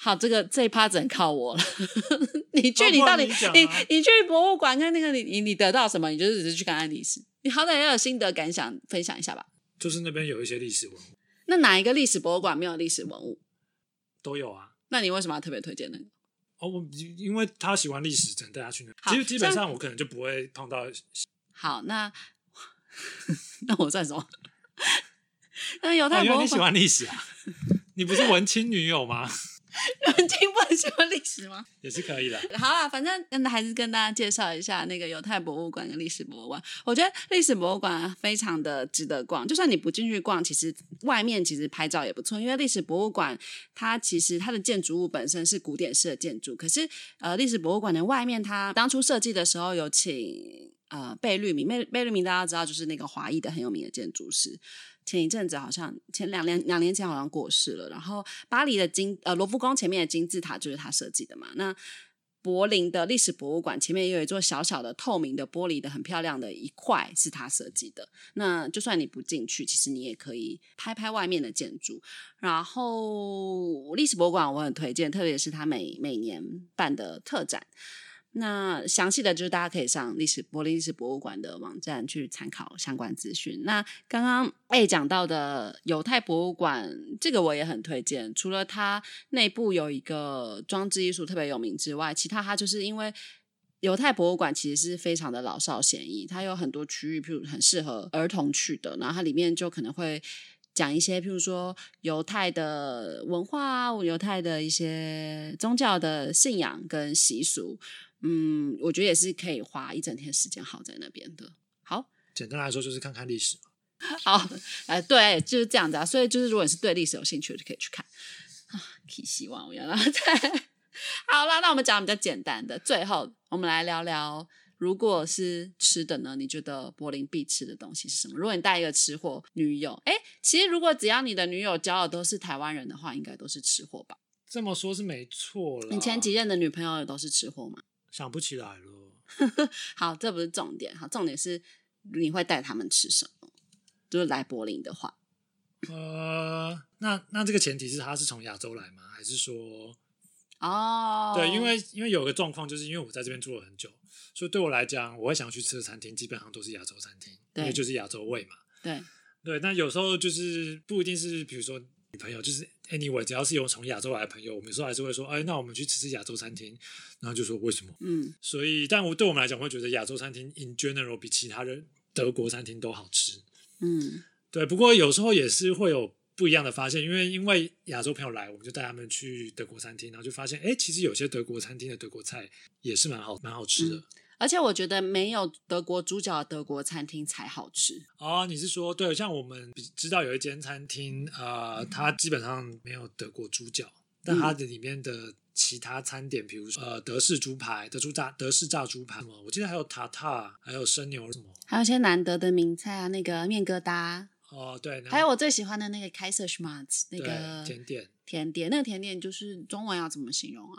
好，这个这一趴只能靠我了。 你去，
哦
你
不
到
然
底
你讲啊
你你去博物馆跟那个你你你得到什么？你就是只是去看看历史，你好歹要有心得感想分享一下吧。
就是那边有一些历史文物
那哪一个历史博物馆没有历史文物？
都有啊。
那你为什么要特别推荐那个？
哦，我因为他喜欢历史，只能带他去那。
好
其实基本
这
上我可能就不会碰到
好，那 那我算什么？ 那犹
哦，
太
原来
博
你
物
喜
馆，
欢历史啊？ 你不是文青女友吗？
人听不很喜欢历史吗？
也是可以的。
好啦，反正跟还是跟大家介绍一下那个犹太博物馆跟历史博物馆。我觉得历史博物馆非常的值得逛，就算你不进去逛，其实外面其实拍照也不错，因为历史博物馆它其实它的建筑物本身是古典式的建筑，可是呃，历史博物馆的外面它当初设计的时候有请呃贝聿铭，贝贝聿铭大家知道就是那个华裔的很有名的建筑师，前一阵子好像前两年两年前好像过世了。然后巴黎的金呃罗浮宫前面的金字塔就是他设计的嘛。那柏林的历史博物馆前面也有一座小小的透明的玻璃的，很漂亮的一块是他设计的。那就算你不进去，其实你也可以拍拍外面的建筑。然后历史博物馆我很推荐，特别是它每每年办的特展。那详细的就是大家可以上历史柏林历史博物馆的网站去参考相关资讯。那刚刚 A 讲到的犹太博物馆，这个我也很推荐。除了它内部有一个装置艺术特别有名之外，其他它就是因为犹太博物馆其实是非常的老少咸宜，它有很多区域，譬如很适合儿童去的，然后它里面就可能会。讲一些，譬如说犹太的文化啊，犹太的一些宗教的信仰跟习俗，嗯，我觉得也是可以花一整天时间耗在那边的。好，
简单来说就是看看历史嘛。
好，哎，对，就是这样子啊。所以就是，如果你是对历史有兴趣的，就可以去看啊。可以希望我原来 在。好啦，那我们讲比较简单的，最后我们来聊聊，如果是吃的呢，你觉得柏林必吃的东西是什么？如果你带一个吃货女友，哎，其实如果只要你的女友交的都是台湾人的话，应该都是吃货吧？
这么说是没错了。
你前几任的女朋友都是吃货吗？
想不起来了，
好，这不是重点，好，重点是你会带他们吃什么？就是来柏林的话，
呃，那那这个前提是他是从亚洲来吗？还是说，
哦，
对，因为因为有个状况，就是因为我在这边住了很久，所以对我来讲，我会想去吃的餐厅基本上都是亚洲餐厅，
对
因为就是亚洲味嘛。
对
对，那有时候就是不一定是，比如说女朋友，就是 anyway，只要是有从亚洲来的朋友，我们有时候还是会说，哎，那我们去吃吃亚洲餐厅，然后就说为什么？
嗯，
所以，但我对我们来讲，会觉得亚洲餐厅 in general 比其他人德国餐厅都好吃。
嗯，
对，不过有时候也是会有不一样的发现，因为因为亚洲朋友来，我们就带他们去德国餐厅，然后就发现，哎，其实有些德国餐厅的德国菜也是蛮好蛮好吃的。
嗯而且我觉得没有德国猪脚的德国餐厅才好吃。
哦，你是说对？像我们比知道有一间餐厅，呃，它基本上没有德国猪脚，
嗯
但它的里面的其他餐点，比如说呃德式猪排、德猪炸、德式炸猪排什么，我记得还有塔塔，还有生牛什么。
还有一些难得的名菜啊，那个面疙瘩，
哦，对，然
还有
后
我最喜欢的那个 Kaiser Schmatz 那个
对甜点，
甜点，那个甜点就是中文要怎么形容啊？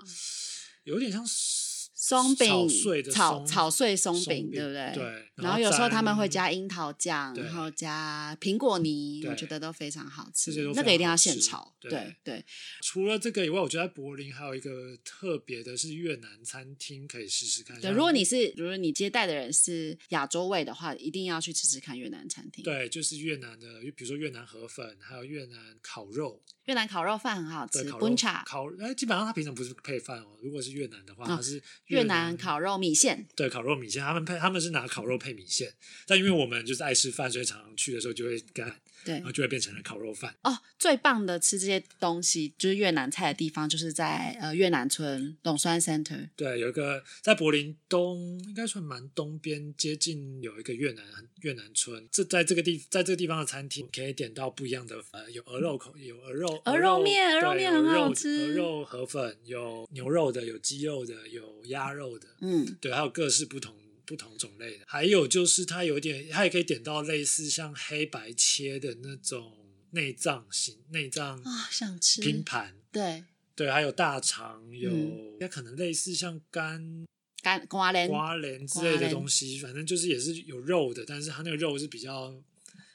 有点像松
松
炒
饼
碎的
炒
松
炒碎松饼，
饼，
对不对？
对。
然后有时候
沾
他们会加樱桃酱，
对
然后加苹果泥，
对
我觉得都非常好吃
这些都。非
那
常
个一定要
好吃
现炒，
对
对对，
除了这个以外，我觉得在柏林还有一个特别的是越南餐厅可以试试看。
对，
像
如果你是，如果你接待的人是亚洲味的话，一定要去吃吃看越南餐厅。，
对，就是越南的，比如说越南河粉，还有越南烤肉，
越南烤肉饭很好
对，
吃，
烤
崩
肉
茶
烤，哎，基本上它平常不是配饭哦。如果是越南的话，
啊
它是
越
南
南烤肉米线，
对烤肉米线，他们配他们是拿烤肉配米线，但因为我们就是爱吃饭，所以常常去的时候就会跟他，
对
然后就会变成了烤肉饭。
哦，最棒的吃这些东西就是越南菜的地方，就是在呃越南村董酸 Center。
对，有一个在柏林东，应该算蛮东边，接近有一个越南越南村。这在这个地，在这个地方的餐厅可以点到不一样的，呃，有鹅肉口，有鹅肉
鹅肉面鹅
对
肉面很好吃
鹅肉河粉，有牛肉的，有鸡肉的，有鸭肉的，
嗯，
对，还有各式不同不同种类的。还有就是它有点，它也可以点到类似像黑白切的那种内脏型内脏
啊、想吃。
拼盘。
对，
对，还有大肠，有
嗯
也、可能类似像干
干瓜莲。
瓜莲之类的东西，反正就是也是有肉的，但是它那个肉是比较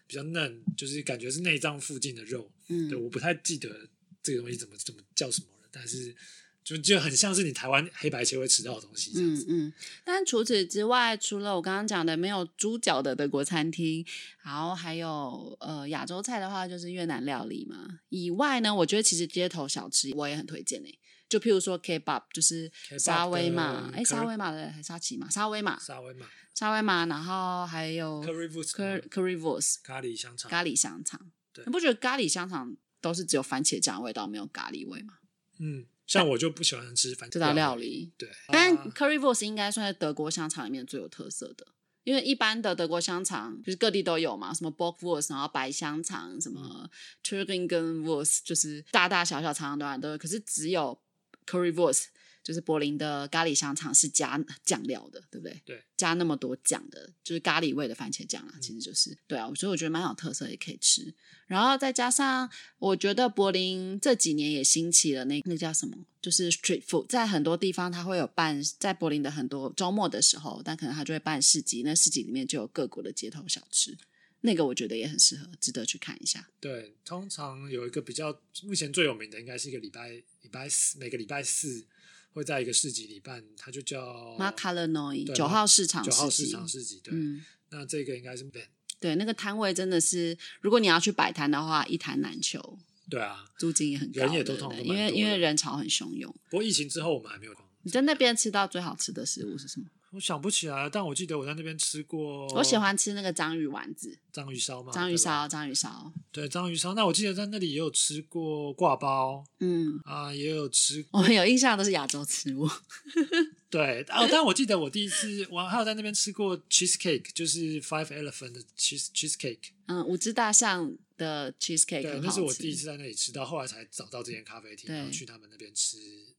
比较嫩，就是感觉是内脏附近的肉。对，
嗯，
我不太记得这个东西怎么怎么叫什么了，但是就就很像是你台湾黑白切会吃到的东西这样
嗯
子。
嗯，但除此之外，除了我刚刚讲的没有猪脚的德国餐厅，然后还有呃亚洲菜的话，就是越南料理嘛。以外呢，我觉得其实街头小吃我也很推荐诶、就譬如说 K-pop，就是沙威玛，
的
哎，沙
curry-
威玛的还是沙琪玛，沙威玛，
沙威玛、
沙威玛，然后还有
curry v o o t
cur curry v o s
咖喱香肠、
哦咖喱香肠。
对
你不觉得咖喱香肠都是只有番茄酱的味道，没有咖喱味吗？
嗯，像我就不喜欢吃反
这道料理。
对，
但
啊
curry v o s 应该算是德国香肠里面最有特色的，因为一般的德国香肠就是各地都有嘛，什么 b o c k w u r s t 然后白香肠，什么 t u r g e n g e n w u r s t 就是大大小小、长长短短都有，可是只有 curry v o s 就是柏林的咖喱香肠是加酱料的，对不对？
对，
加那么多酱的，就是咖喱味的番茄酱啊，其实就是、对啊，所以我觉得蛮有特色，也可以吃。然后再加上，我觉得柏林这几年也兴起了那那叫什么，就是 street food，在很多地方它会有办，在柏林的很多周末的时候，但可能它就会办市集，那市集里面就有各国的街头小吃，那个我觉得也很适合，值得去看一下。
对，通常有一个比较目前最有名的，应该是一个礼拜礼拜四，每个礼拜四会在一个市集里办，它就叫
m a c a l a n o i
哦对
九号市场
九号市
集
场市集。对，
嗯，
那这个应该是 Van。
对，那个摊位真的是，如果你要去摆摊的话，一摊难求，
对啊，
租金也很高，
人也都
对不
通常
对因
都蛮
为
多
因为
的
人潮很汹涌。
不过疫情之后我们还没有逛，
你在那边吃到最好吃的食物是什么？
我想不起来，但我记得我在那边吃过。
我喜欢吃那个章鱼丸子、
章鱼烧嘛，
章鱼
哦对吧
烧、，章鱼烧。
对章鱼烧。那我记得在那里也有吃过挂包
嗯，
啊，也有吃
我们有印象都是亚洲食物。
对哦，但我记得我第一次我还有在那边吃过 cheesecake，就是 Five Elephant 的 cheese cheesecake。
嗯，五只大象的 cheesecake
对，
很
那是
好
我
吃。
第一次在那里吃到，后来才找到这间咖啡厅，
对
然后去他们那边吃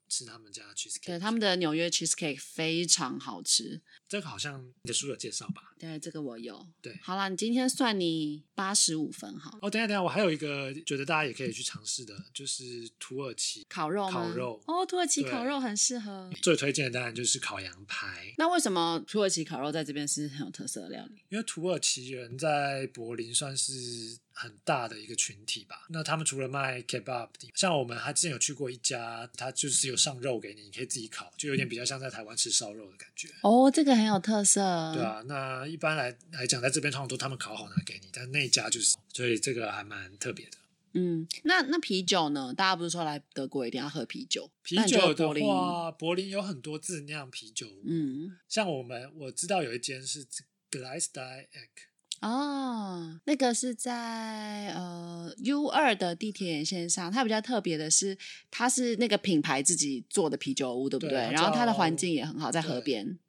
吃他们家的 cheesecake。
对，他们的纽约 cheesecake 非常好吃。
这个好像你的书有介绍吧？
对，这个我有。
对
好啦，你今天算你八十五分好了。
哦，等一下等一下，我还有一个觉得大家也可以去尝试的，就是土耳其
烤肉吗？
烤肉
哦，土耳其烤
对
肉很适合。
最推荐的当然就是烤羊排，
那为什么土耳其烤肉在这边是很有特色的料理？
因为土耳其人在柏林算是很大的一个群体吧。那他们除了卖 kebab，像我们还之前有去过一家，它就是有上肉给你，你可以自己烤，就有点比较像在台湾吃烧肉的感觉。
哦，这个很有特色。
对，啊，那一般来来讲，在这边通常都他们烤好拿给你，但那一家就是，所以这个还蛮特别的。
嗯，那那啤酒呢？大家不是说来德国一定要喝啤酒？
啤
那你觉
酒
得柏
的
林，
话，柏林有很多自酿啤酒屋，
嗯，
像我们我知道有一间是 g l a s d i e Egg，
哦，那个是在呃 U 二的地铁沿线上，它比较特别的是，它是那个品牌自己做的啤酒屋，对不
对它
然后它的
叫
环境也很好，在河
对
边。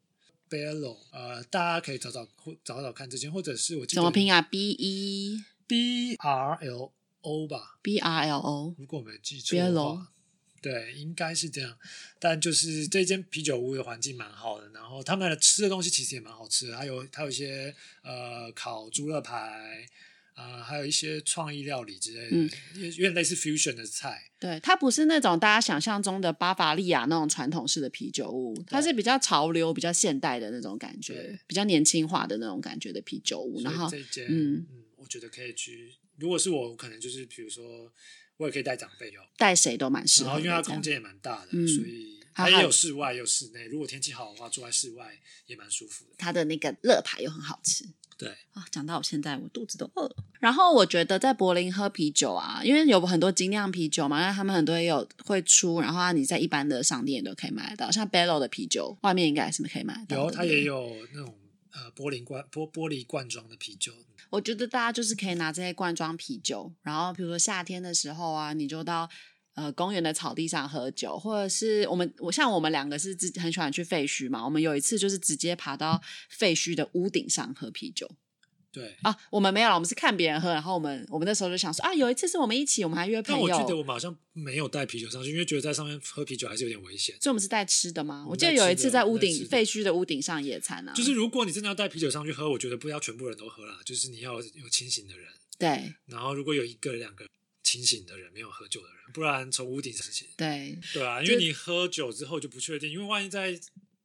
b e l l o 呃，大家可以找找或找找看这间，或者是我记得
怎么拼啊？B E
？B R L O 吧，
B R L O。
如果我没记错的
Barrel
话。对，应该是这样。但就是这间啤酒屋的环境蛮好的，然后他们的吃的东西其实也蛮好吃的，还有还有一些呃烤猪肋排啊、还有一些创意料理之类的，
嗯
有有点类似 fusion 的菜。
对，它不是那种大家想象中的巴伐利亚那种传统式的啤酒屋，它是比较潮流、比较现代的那种感觉
对，
比较年轻化的那种感觉的啤酒屋。
所
然
以
后
这间
嗯
嗯我觉得可以去。如果是我，我可能就是比如说我也可以带长辈哦，
带谁都蛮适
然
合
后
的
因
这
为它
样。
空间也蛮大的，
哦嗯
所以它
还
也
好
有室外也有室内。如果天气好的话，住在室外也蛮舒服的。
它的那个乐牌又很好吃
对，
啊！讲到我现在我肚子都饿了。然后我觉得在柏林喝啤酒啊，因为有很多精酿啤酒嘛，那他们很多也有会出，然后啊你在一般的商店也都可以买得到，像 Bello 的啤酒，外面应该也是可以买得到。对
有，
不
它
对
也有那种呃玻璃罐玻玻璃罐装的啤酒，
我觉得大家就是可以拿这些罐装啤酒，然后比如说夏天的时候啊，你就到呃公园的草地上喝酒，或者是我们我像我们两个是自很喜欢去废墟嘛，我们有一次就是直接爬到废墟的屋顶上喝啤酒
对。
啊，我们没有了，我们是看别人喝，然后我们我们那时候就想说啊，有一次是我们一起，我们还约
但
朋
我记得
友。
我们好像没有带啤酒上去，因为觉得在上面喝啤酒还是有点危险。
所以我们是带吃的吗？
我
我
们
记得
带
有一
吃
次
的
在
我
屋
们带吃
顶
的
废墟的屋顶上野餐啊，
就是如果你真的要带啤酒上去喝，我觉得不要全部人都喝啦，就是你要有清醒的人，
对
然后如果有一个两个清醒的人，没有喝酒的人，不然从屋顶上去，
对，
对啊，因为你喝酒之后就不确定，因为万一在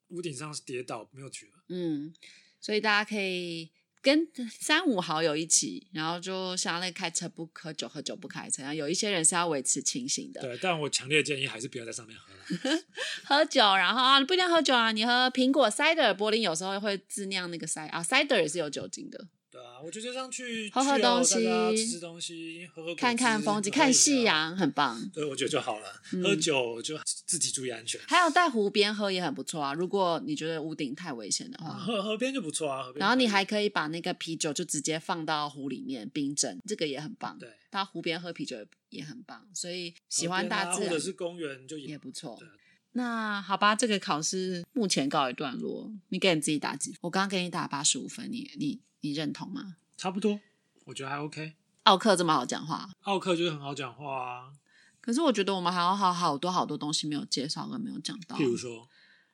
屋顶上跌倒没有觉得。
嗯，所以大家可以跟三五好友一起，然后就像那个开车不喝酒，喝酒不开车。然后有一些人是要维持清醒的，
对，但我强烈建议还是不要在上面喝了。
喝酒，然后啊，你不一定要喝酒啊，你喝苹果 cider，柏林有时候会自酿那个 cider 啊，cider 也是有酒精的。
对啊，我觉得这样去
喝喝
chill，
东西
大家吃吃东西，喝喝果汁
看看风景，
喝喝
看啊
饮料
夕阳，很棒。
对，我觉得就好了。喝酒就自己注意安全，
还有在湖边喝也很不错啊，如果你觉得屋顶太危险的话。
河河边就不错啊。河
嗯
边
然后你还
可
可以把那个啤酒就直接放到湖里面冰镇，这个也很棒
以。对，
到湖边喝啤酒也很棒，所以喜
河
欢
边啊
大自然、
或者是公园就
也
也
不错
对。
那好吧，这个考试目前告一段落。你给你自己打几分？我刚刚给你打八十五分，你你你认同吗？
差不多，我觉得还 OK。
奥克这么好讲话，
奥克就是很好讲话啊，
可是我觉得我们还有好好多好多东西没有介绍跟没有讲到，
譬如说，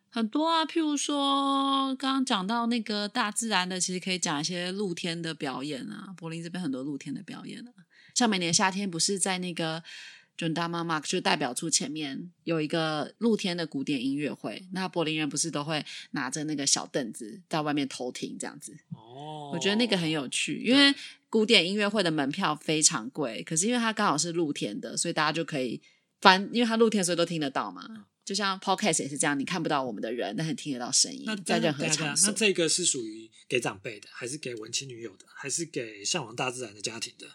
很多啊，譬如说刚刚讲到那个大自然的，其实可以讲一些露天的表演啊。柏林这边很多露天的表演啊，像每年夏天不是在那个 j o h n d a m a m a 就代表处前面有一个露天的古典音乐会，那柏林人不是都会拿着那个小凳子在外面偷听这样子。
哦，
我觉得那个很有趣，因为古典音乐会的门票非常贵，可是因为它刚好是露天的，所以大家就可以翻，因为它露天所以都听得到
嗯
嘛。就像 podcast 也是这样，你看不到我们的人，但是听得到声音
那，啊
在
那
任何
等一下
场
等一下
所
那。这个是属于给长辈的，还是给文青女友的，还是给向往大自然的家庭的？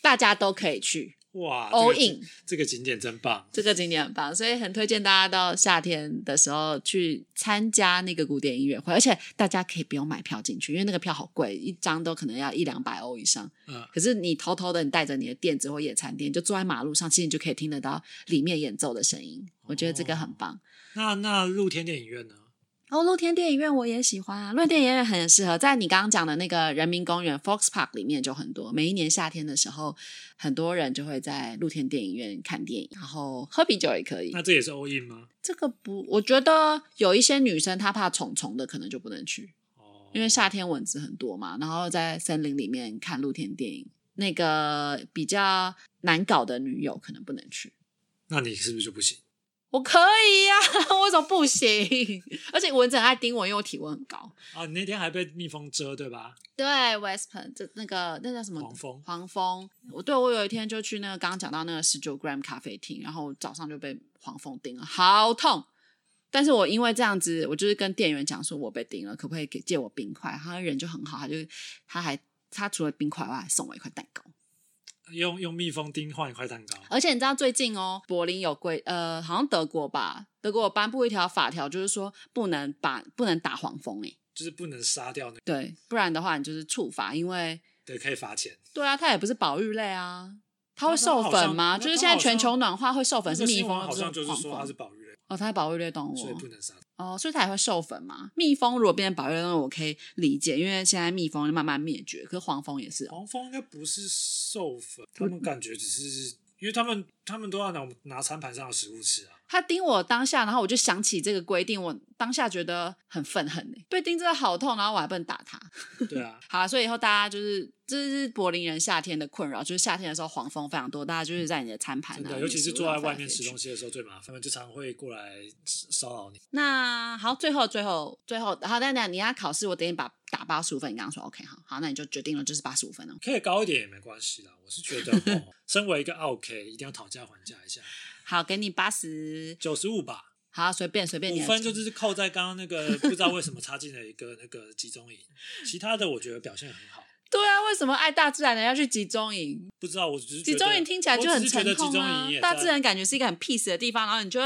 大家都可以去
哇
all
啊这个
in
这个景点真棒！
这个景点很棒，所以很推荐大家到夏天的时候去参加那个古典音乐会，而且大家可以不用买票进去，因为那个票好贵，一张都可能要一两百欧以上。
嗯，
可是你偷偷的，你带着你的垫子或野餐垫，就坐在马路上，其实你就可以听得到里面演奏的声音。我觉得这个很棒。
那那露天电影院呢？
哦，露天电影院我也喜欢啊，露天电影院很适合在你刚刚讲的那个人民公园 Fox Park 里面就很多。每一年夏天的时候，很多人就会在露天电影院看电影，然后喝啤酒也可以
那。这也是 all in 吗？
这个不，我觉得有一些女生她怕虫虫的，可能就不能去。
哦，
因为夏天蚊子很多嘛，然后在森林里面看露天电影，那个比较难搞的女友可能不能去。
那你是不是就不行？
我可以呀、 我为什么不行？ 而且蚊子很爱叮我，因为我体温很高。
啊，你那天还被蜜蜂蛰对吧？
对，Western 这那个那叫什么
黄蜂
黄蜂，我对我有一天就去那个刚刚讲到那个十九 gram 咖啡厅，然后我早上就被黄蜂叮了，好痛。但是我因为这样子，我就是跟店员讲说，我被叮了，可不可以给借我冰块？他人就很好，他就他还他除了冰块外，还送我一块蛋糕。
用用蜜蜂叮换一块蛋糕，
而且你知道最近哦，柏林有规呃，好像德国吧，德国有颁布一条法条，就是说不能把不能打黄蜂诶、欸
就是不能杀掉那个，
对，不然的话你就是处罚，因为
对，可以罚钱。
对啊，它也不是保育类啊，它
那
会
它
受
好
粉
像
吗？
那
就是
它
现在
好
全
像
球暖化会受粉
那
是
个
蜜
新
蜂，
闻好
不是
像就是
黄
说它
蜂
是保育类，
哦，它是保育类动物
所以
哦
不能杀。
哦，所以它也会授粉嘛。蜜蜂如果变成保育类动物，我可以理解，因为现在蜜蜂慢慢灭绝，可是黄蜂也是哦。
黄蜂应该不是授粉，他
嗯
们感觉只是因为他们他们都要拿拿餐盘上的食物吃啊。
它叮我当下，然后我就想起这个规定，我当下觉得很愤恨呢、被叮真的好痛，然后我还不能打它。
对啊，
好、啊，所以以后大家就是，这是柏林人夏天的困扰，就是夏天的时候黄蜂非常多，大家就是在你的餐盘
真
啊，
的，尤其是坐在外面吃
西。
东西的时候最麻烦，他们就常会过来骚扰你。
那好，最后最后最后，好，那那你要考试，我等你把打八十五分，你刚刚说 OK 好，好，那你就决定了就是八十五分哦。
可以高一点也没关系啦，我是 觉得，哦、身为一个 OK，一定要讨价还价一下，
好，给你八十，
九十五吧，
好，随便随便你
五
来。
分就是扣在刚刚那个不知道为什么插进了一个那个集中营，其他的我觉得表现很好。
对啊，为什么爱大自然的要去集中营？
不知道，我只是觉
集
得
中营听起来就
我
很
只是觉
沉
得集
痛
中
啊
营也，
大
在
自然感觉是一个很 peace 的地方，然后你就会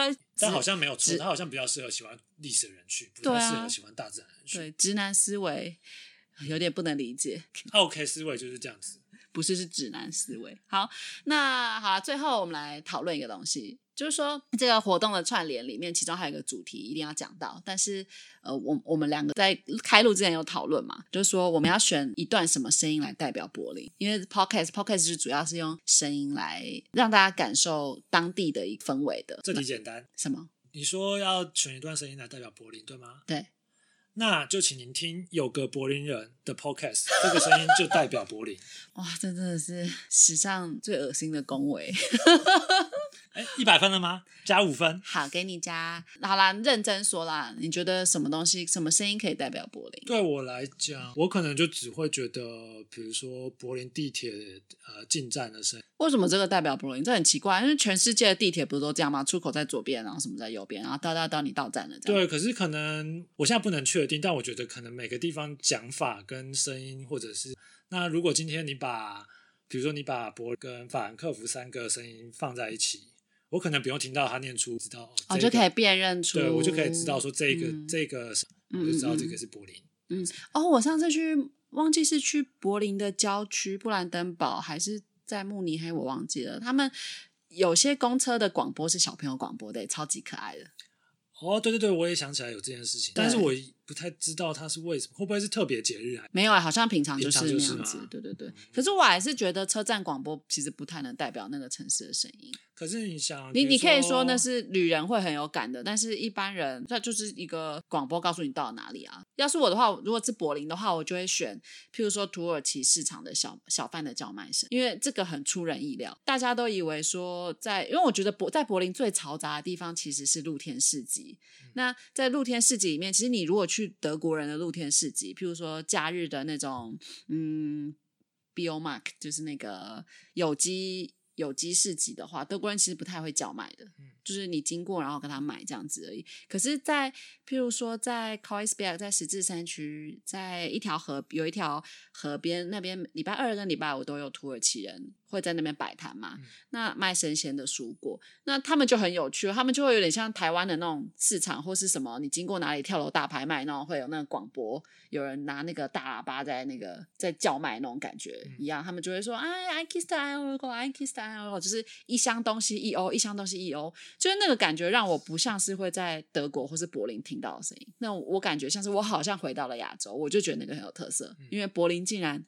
直
但好像没有错，
只
他好像比较适合喜欢历史的人去，不
对
太
啊
适合喜欢大自然的人去。
对直男思维 有点不能理解。
OK 思维就是这样子，
不是是指南思维。好，那好了，啊最后我们来讨论一个东西，就是说这个活动的串联里面，其中还有一个主题一定要讲到。但是呃，我我们两个在开录之前有讨论嘛，就是说我们要选一段什么声音来代表柏林，因为 podcast podcast 是主要是用声音来让大家感受当地的一个氛围的。
这题简单。
什么？
你说要选一段声音来代表柏林，对吗？
对，
那就请您听有个柏林人的 Podcast，这个声音就代表柏林。
哇，这真的是史上最恶心的恭维。
哎，一百分了吗？加五分。
好，给你加。好啦，认真说啦，你觉得什么东西、什么声音可以代表柏林？
对我来讲，我可能就只会觉得，比如说柏林地铁呃进站的声音，
为什么这个代表柏林？这很奇怪，因为全世界的地铁不是都这样吗？出口在左边，然后什么在右边，然后到到到你到站了，这样。
对，可是可能我现在不能确定，但我觉得可能每个地方讲法跟声音，或者是那如果今天你把，比如说你把伯跟法兰克福三个声音放在一起，我可能不用听到他念出，知道
哦，就
这个
可以辨认出，
对我就可以知道说这个、
嗯
这个是，我
嗯
就知道
嗯
这个是柏林。
哦，我上次去忘记是去柏林的郊区布兰登堡还是在慕尼黑，我忘记了。他们有些公车的广播是小朋友广播的，超级可爱的。
哦，对对对，我也想起来有这件事情，但是
对
我不太知道他是为什么，会不会是特别节日还？
没有啊，好像平常就是
平常
那
就是
样
嘛嗯
子，对对对。可是我还是觉得车站广播其实不太能代表那个城市的声音。
可是你想，
你
啊比如
你可以说那是旅人会很有感的，但是一般人那就是一个广播告诉你到了哪里啊。要是我的话，如果是柏林的话，我就会选，譬如说土耳其市场的小小贩的叫卖声，因为这个很出人意料。大家都以为说在，因为我觉得柏在柏林最嘈杂的地方其实是露天市集。那在露天市集里面，其实你如果去德国人的露天市集，譬如说假日的那种，嗯。Biomark 就是那个有机有机市集的话，德国人其实不太会叫卖的，就是你经过然后跟他买这样子而已。可是在，譬如说在 k o i s b e r g 在十字山区，在一条河有一条河边那边，礼拜二跟礼拜五都有土耳其人会在那边摆摊嘛，那卖生鲜的蔬果，那他们就很有趣，他们就会有点像台湾的那种市场或是什么，你经过哪里跳楼大拍卖那种，会有那个广播，有人拿那个大喇叭在那个在叫卖那种感觉、一样，他们就会说哎，I kissed an euro，I kissed an euro，就是一箱东西一欧，一箱东西一欧，就是那个感觉让我不像是会在德国或是柏林听到的声音，那我感觉像是我好像回到了亚洲，我就觉得那个很有特色，因为柏林竟然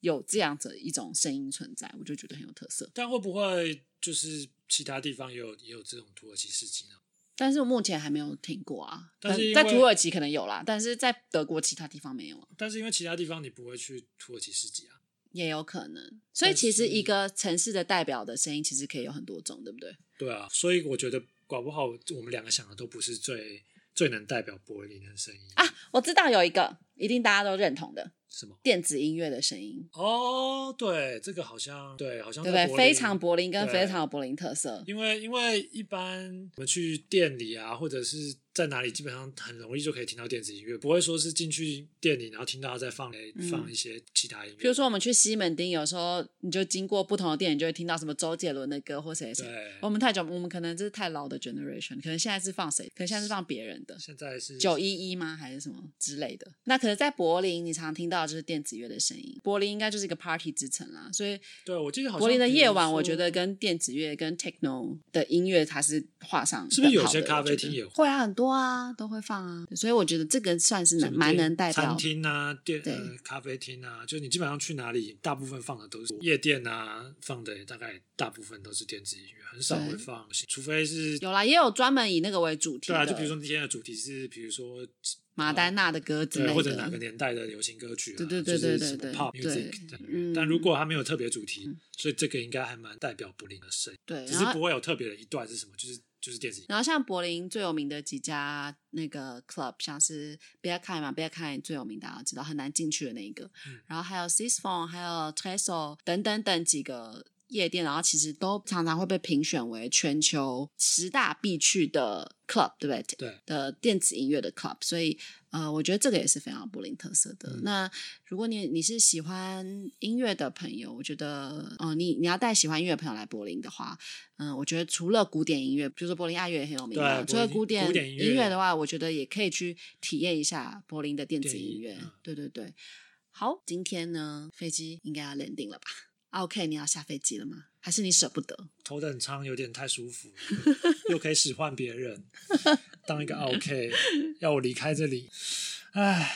有这样子一种声音存在，我就觉得很有特色。
但会不会就是其他地方也有也有这种土耳其市集呢？
但是我目前还没有听过啊，
但是因
在
为
土耳其可能有啦，但是在德国其他地方没有啊，
但是因为其他地方你不会去土耳其市集啊，
也有可能。所以
但
其实
是
一个城市的代表的声音，其实可以有很多种，对不对？
对啊，所以我觉得搞不好我们两个想的都不是最最能代表柏林的声音
啊，我知道有一个一定大家都认同的
什么？
电子音乐的声音，
哦，对，这个好像对，好像
对不
在
对？
柏林
非常柏林跟
对
非常有柏林特色，
因为因为一般我们去店里啊，或者是在哪里，基本上很容易就可以听到电子音乐，不会说是进去店里然后听到他在放哎
嗯
放一些其他音乐。
比如说我们去西门町，有时候你就经过不同的店，你就会听到什么周杰伦的歌或谁谁。
对，
我们太久，我们可能这是太老的 generation，可能现在是放谁？可能现在是放别人的。
现在是
九一一吗？还是什么之类的？那可能在柏林，你常听到就是电子乐的声音。柏林应该就是一个 party 之城啦，所以
对我记得好像
柏林的夜晚，
比如说
我觉得跟电子乐、跟 techno 的音乐，它是画上
是不是有
等号的
些咖
我
啡厅
觉得
也会
会啊，很多啊，都会放啊。所以我觉得这个算是
什
能
么
蛮
店
能代表
餐。厅啊、店
对
呃咖啡厅啊，就你基本上去哪里，大部分放的都是夜店啊，放的也大概大部分都是电子音乐，很少
对
会放，除非是
有啦，也有专门以那个为主题
对
的，
啊，就比如说今天的主题是比如说
马丹娜的歌之类
对，
的，
或者哪个年代的流行歌曲、啊，
对对对对
就是什么
对对
pop
对
music 的
嗯
但如果它没有特别主题，所以这个应该还蛮代表柏林的声音，
对，
只
然
是
后
不会有特别的一段是什么，就是就是电子音乐。
然后像柏林最有名的几家那个 club，像是 b e r k a i 嘛 b e r k a i 最有名，大家知道很难进去的那一个，然后还有 s i s p h o n 还有 Tresol 等等等几个夜店，然后其实都常常会被评选为全球十大必去的 club，对不对？
对
的电子音乐的 club，所以呃，我觉得这个也是非常有柏林特色的。
嗯
那如果你你是喜欢音乐的朋友，我觉得呃，你你要带喜欢音乐的朋友来柏林的话，嗯、我觉得除了古典音乐，比如说柏林爱乐也很有名嘛，
对
除了
柏林
典
古典音乐
音乐的话，我觉得也可以去体验一下柏林的电子
电
音
音
乐
嗯。
对对对，好，今天呢，飞机应该要 landing 了吧啊？OK，你要下飞机了吗？还是你舍不得？
头等舱有点太舒服 了，又可以使唤别人，当一个 OK，要我离开这里，唉，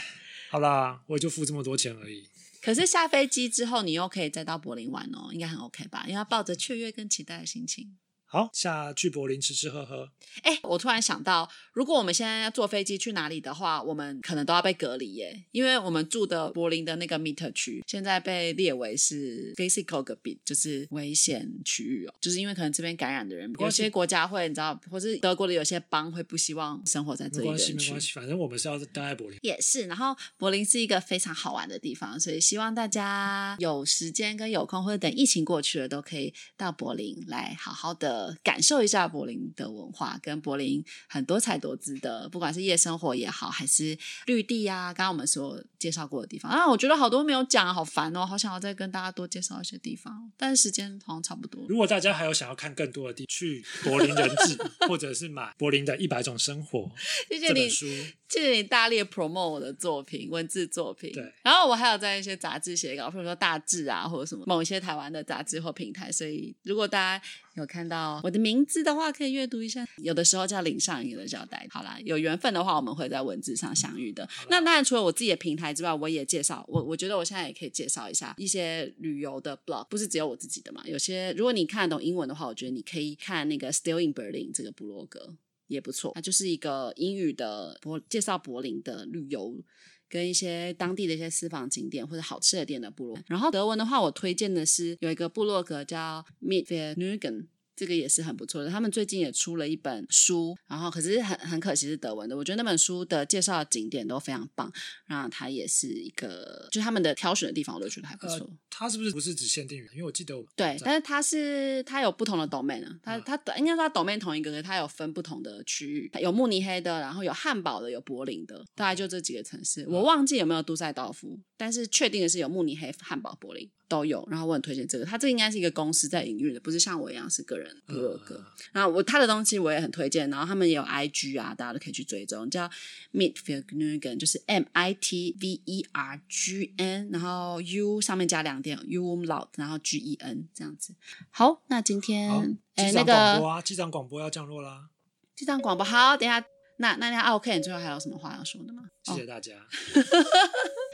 好啦，我也就付这么多钱而已。
可是下飞机之后，你又可以再到柏林玩哦，应该很 OK 吧？因为要抱着雀跃跟期待的心情。
好，下去柏林吃吃喝喝，
哎，我突然想到，如果我们现在要坐飞机去哪里的话，我们可能都要被隔离耶，因为我们住的柏林的那个 meter 区现在被列为是 physical 隔壁，就是危险区域哦，就是因为可能这边感染的人，有
关系
些国家会你知道，或是德国的有些邦会不希望生活在这
没
里
关
的
系
人
没
区
关。系，反正我们是要待在柏林。
也是。然后柏林是一个非常好玩的地方，所以希望大家有时间跟有空，或者等疫情过去了，都可以到柏林来好好的感受一下柏林的文化，跟柏林很多彩多姿的，不管是夜生活也好，还是绿地啊，刚刚我们所介绍过的地方啊，我觉得好多没有讲，好烦哦，好想要再跟大家多介绍一些地方，但是时间好像差不多了。
如果大家还有想要看更多的地，去柏林人质，或者是买柏林的一百种 生活
谢谢
这
你
本，书，
谢谢你大力 promote 我的作品，文字作品。
对
然后我还有在一些杂志写稿，譬如说《大志》啊，或者什么某一些台湾的杂志或平台。所以，如果大家有看到我的名字的话，可以阅读一下。有的时候叫林上，有的叫呆。好啦，有缘分的话，我们会在文字上相遇的。那当然，除了我自己的平台之外，我也介绍我，我觉得我现在也可以介绍一下一些旅游的 blog，不是只有我自己的嘛。有些如果你看得懂英文的话，我觉得你可以看那个 Still in Berlin 这个部落格也不错，它就是一个英语的博介绍柏林的旅游。跟一些当地的一些私房景点或者好吃的店的部落。然后德文的话，我推荐的是有一个部落格叫 Meet v e r n u g e n 这个也是很不错的。他们最近也出了一本书，然后可是很很可惜是德文的。我觉得那本书的介绍景点都非常棒，那它也是一个，就他们的挑选的地方我都觉得还不错。
呃，它是不是不是只限定人？因为我记得我
对，但是
是
它是它有不同的 domain 啊，它
嗯
它应该说它 domain 同一个，可是它有分不同的区域，有慕尼黑的，然后有汉堡的，有柏林的，大概就这几个城市。我忘记有没有都塞道夫，但是确定的是有慕尼黑、汉堡、柏林都有。然后我很推荐这个，它这个应该是一个公司在营运的，不是像我一样是个人部落格。然后我他的东西我也很推荐，然后他们也有 IG 啊，大家都可以去追踪，叫 Mit Vergnügen，就是 M I T V E R G N，然后 U 上面加两点 U loud，然后 G E N 这样子。好，那今
好
天，哎
机
那
长广播
个
啊，机长广播要降落啦，
这张广播好，等一下那那那 OK，你最后还有什么话要说的吗？
谢
哦
谢大家。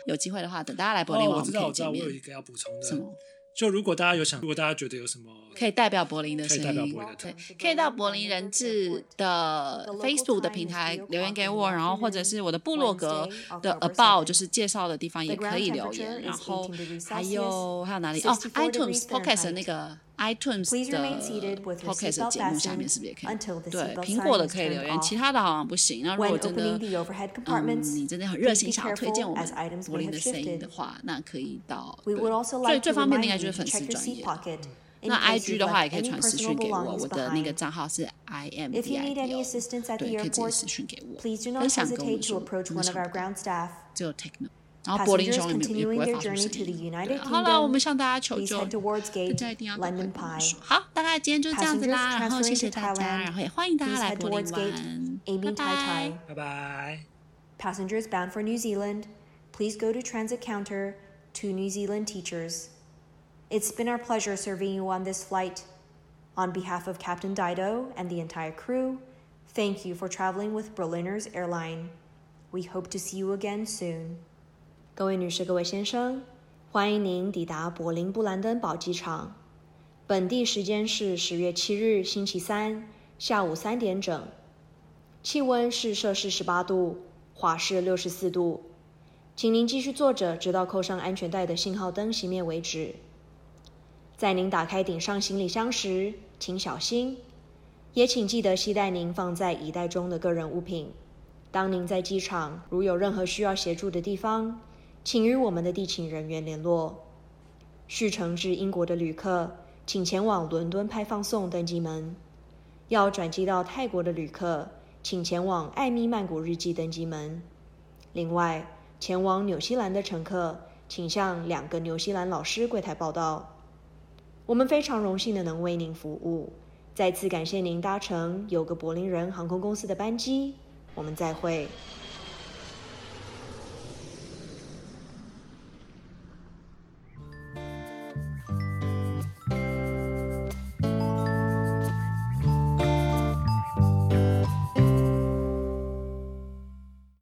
有机会的话，等大家来柏林
哦，
玩，
我知道，
们可以
我知道，
见
我
面
有一。个要补充
什么
的，？就如果大家有想，如果大家觉得有什么
可以代表柏林的
可以
声
代表
音
柏林的。
对，可以到柏林人质的 Facebook 的平台留言给我，然后或者是我的部落格的 About 就是介绍的地方也可以留言，然后还有还有哪里哦，iTunes Podcast 的那个 iTunes
Please
的
remain seated with your
Podcast 的
seatbelt
节目下面是不是也
fastened
可以？
until the
对，
seatbelt
苹果
sign
的
is
可以
turned
留言，
off.
其他的好像不行。那如果
When
真
opening
的
the overhead
嗯，
compartments,
你真的很
please
热心
be
想要推荐我
careful
们
as items
柏
may
林的
have
声音的
shifted.
话，那可以到
We
对
would also
最
like
最
to
方便的
remind
应该就
you to
是粉
check
丝
your
专
seat
业的。
pocket in
那
case
IG
you've
的话也
left
可以
any
传私
personal
讯给我，
belongings
我的那个
behind.
账号是 I M D
If you
I
need
D
any
O，
assistance at
对，
the
可以直接
airport,
私讯给我，
please do
跟
not
想跟我
hesitate
们
to
说，
approach
真的
one
想
of
不
our
到，
ground staff.
只有 Techno，然后柏林
Passengers
兄弟
continuing
们也不会
their
发出
journey
声
to the
音。
United
对，好了，
Kingdom,
我们向大家求
please
救，
head towards
大
gate
家一定要
London
赶快跟我们
Pie.
说。好，大概今天就是这样子
Passengers
啦，然后谢
transferring
谢
to
大家，
Thailand,
然后也欢迎大家
please
来
head
柏林
towards
玩
gate，
拜
Aiming Tai
拜
Tai.。
拜拜。
Passengers bound for New Zealand, please go to transit counter to New Zealand teachers. It's been our pleasure serving you on this flight. On behalf of Captain Dido and the entire crew, thank you for traveling with Berliners Airline. We hope to see you again soon. 各位女士、各位先生，欢迎您抵达柏林布兰登堡机场。本地时间是十月七日星期三下午三点整。气温是摄氏十八度，华氏六十四度。请您继续坐着，直到扣上安全带的信号灯熄灭为止。在您打开顶上行李箱时，请小心，也请记得携带您放在椅袋中的个人物品。当您在机场如有任何需要协助的地方，请与我们的地勤人员联络。续乘至英国的旅客，请前往伦敦派放送登机门。要转机到泰国的旅客，请前往艾米曼谷日记登机门。另外，前往纽西兰的乘客，请向两个纽西兰老师柜台报到。我们非常荣幸的能为您服务，再次感谢您搭乘有个柏林人航空公司的班机。我们再会。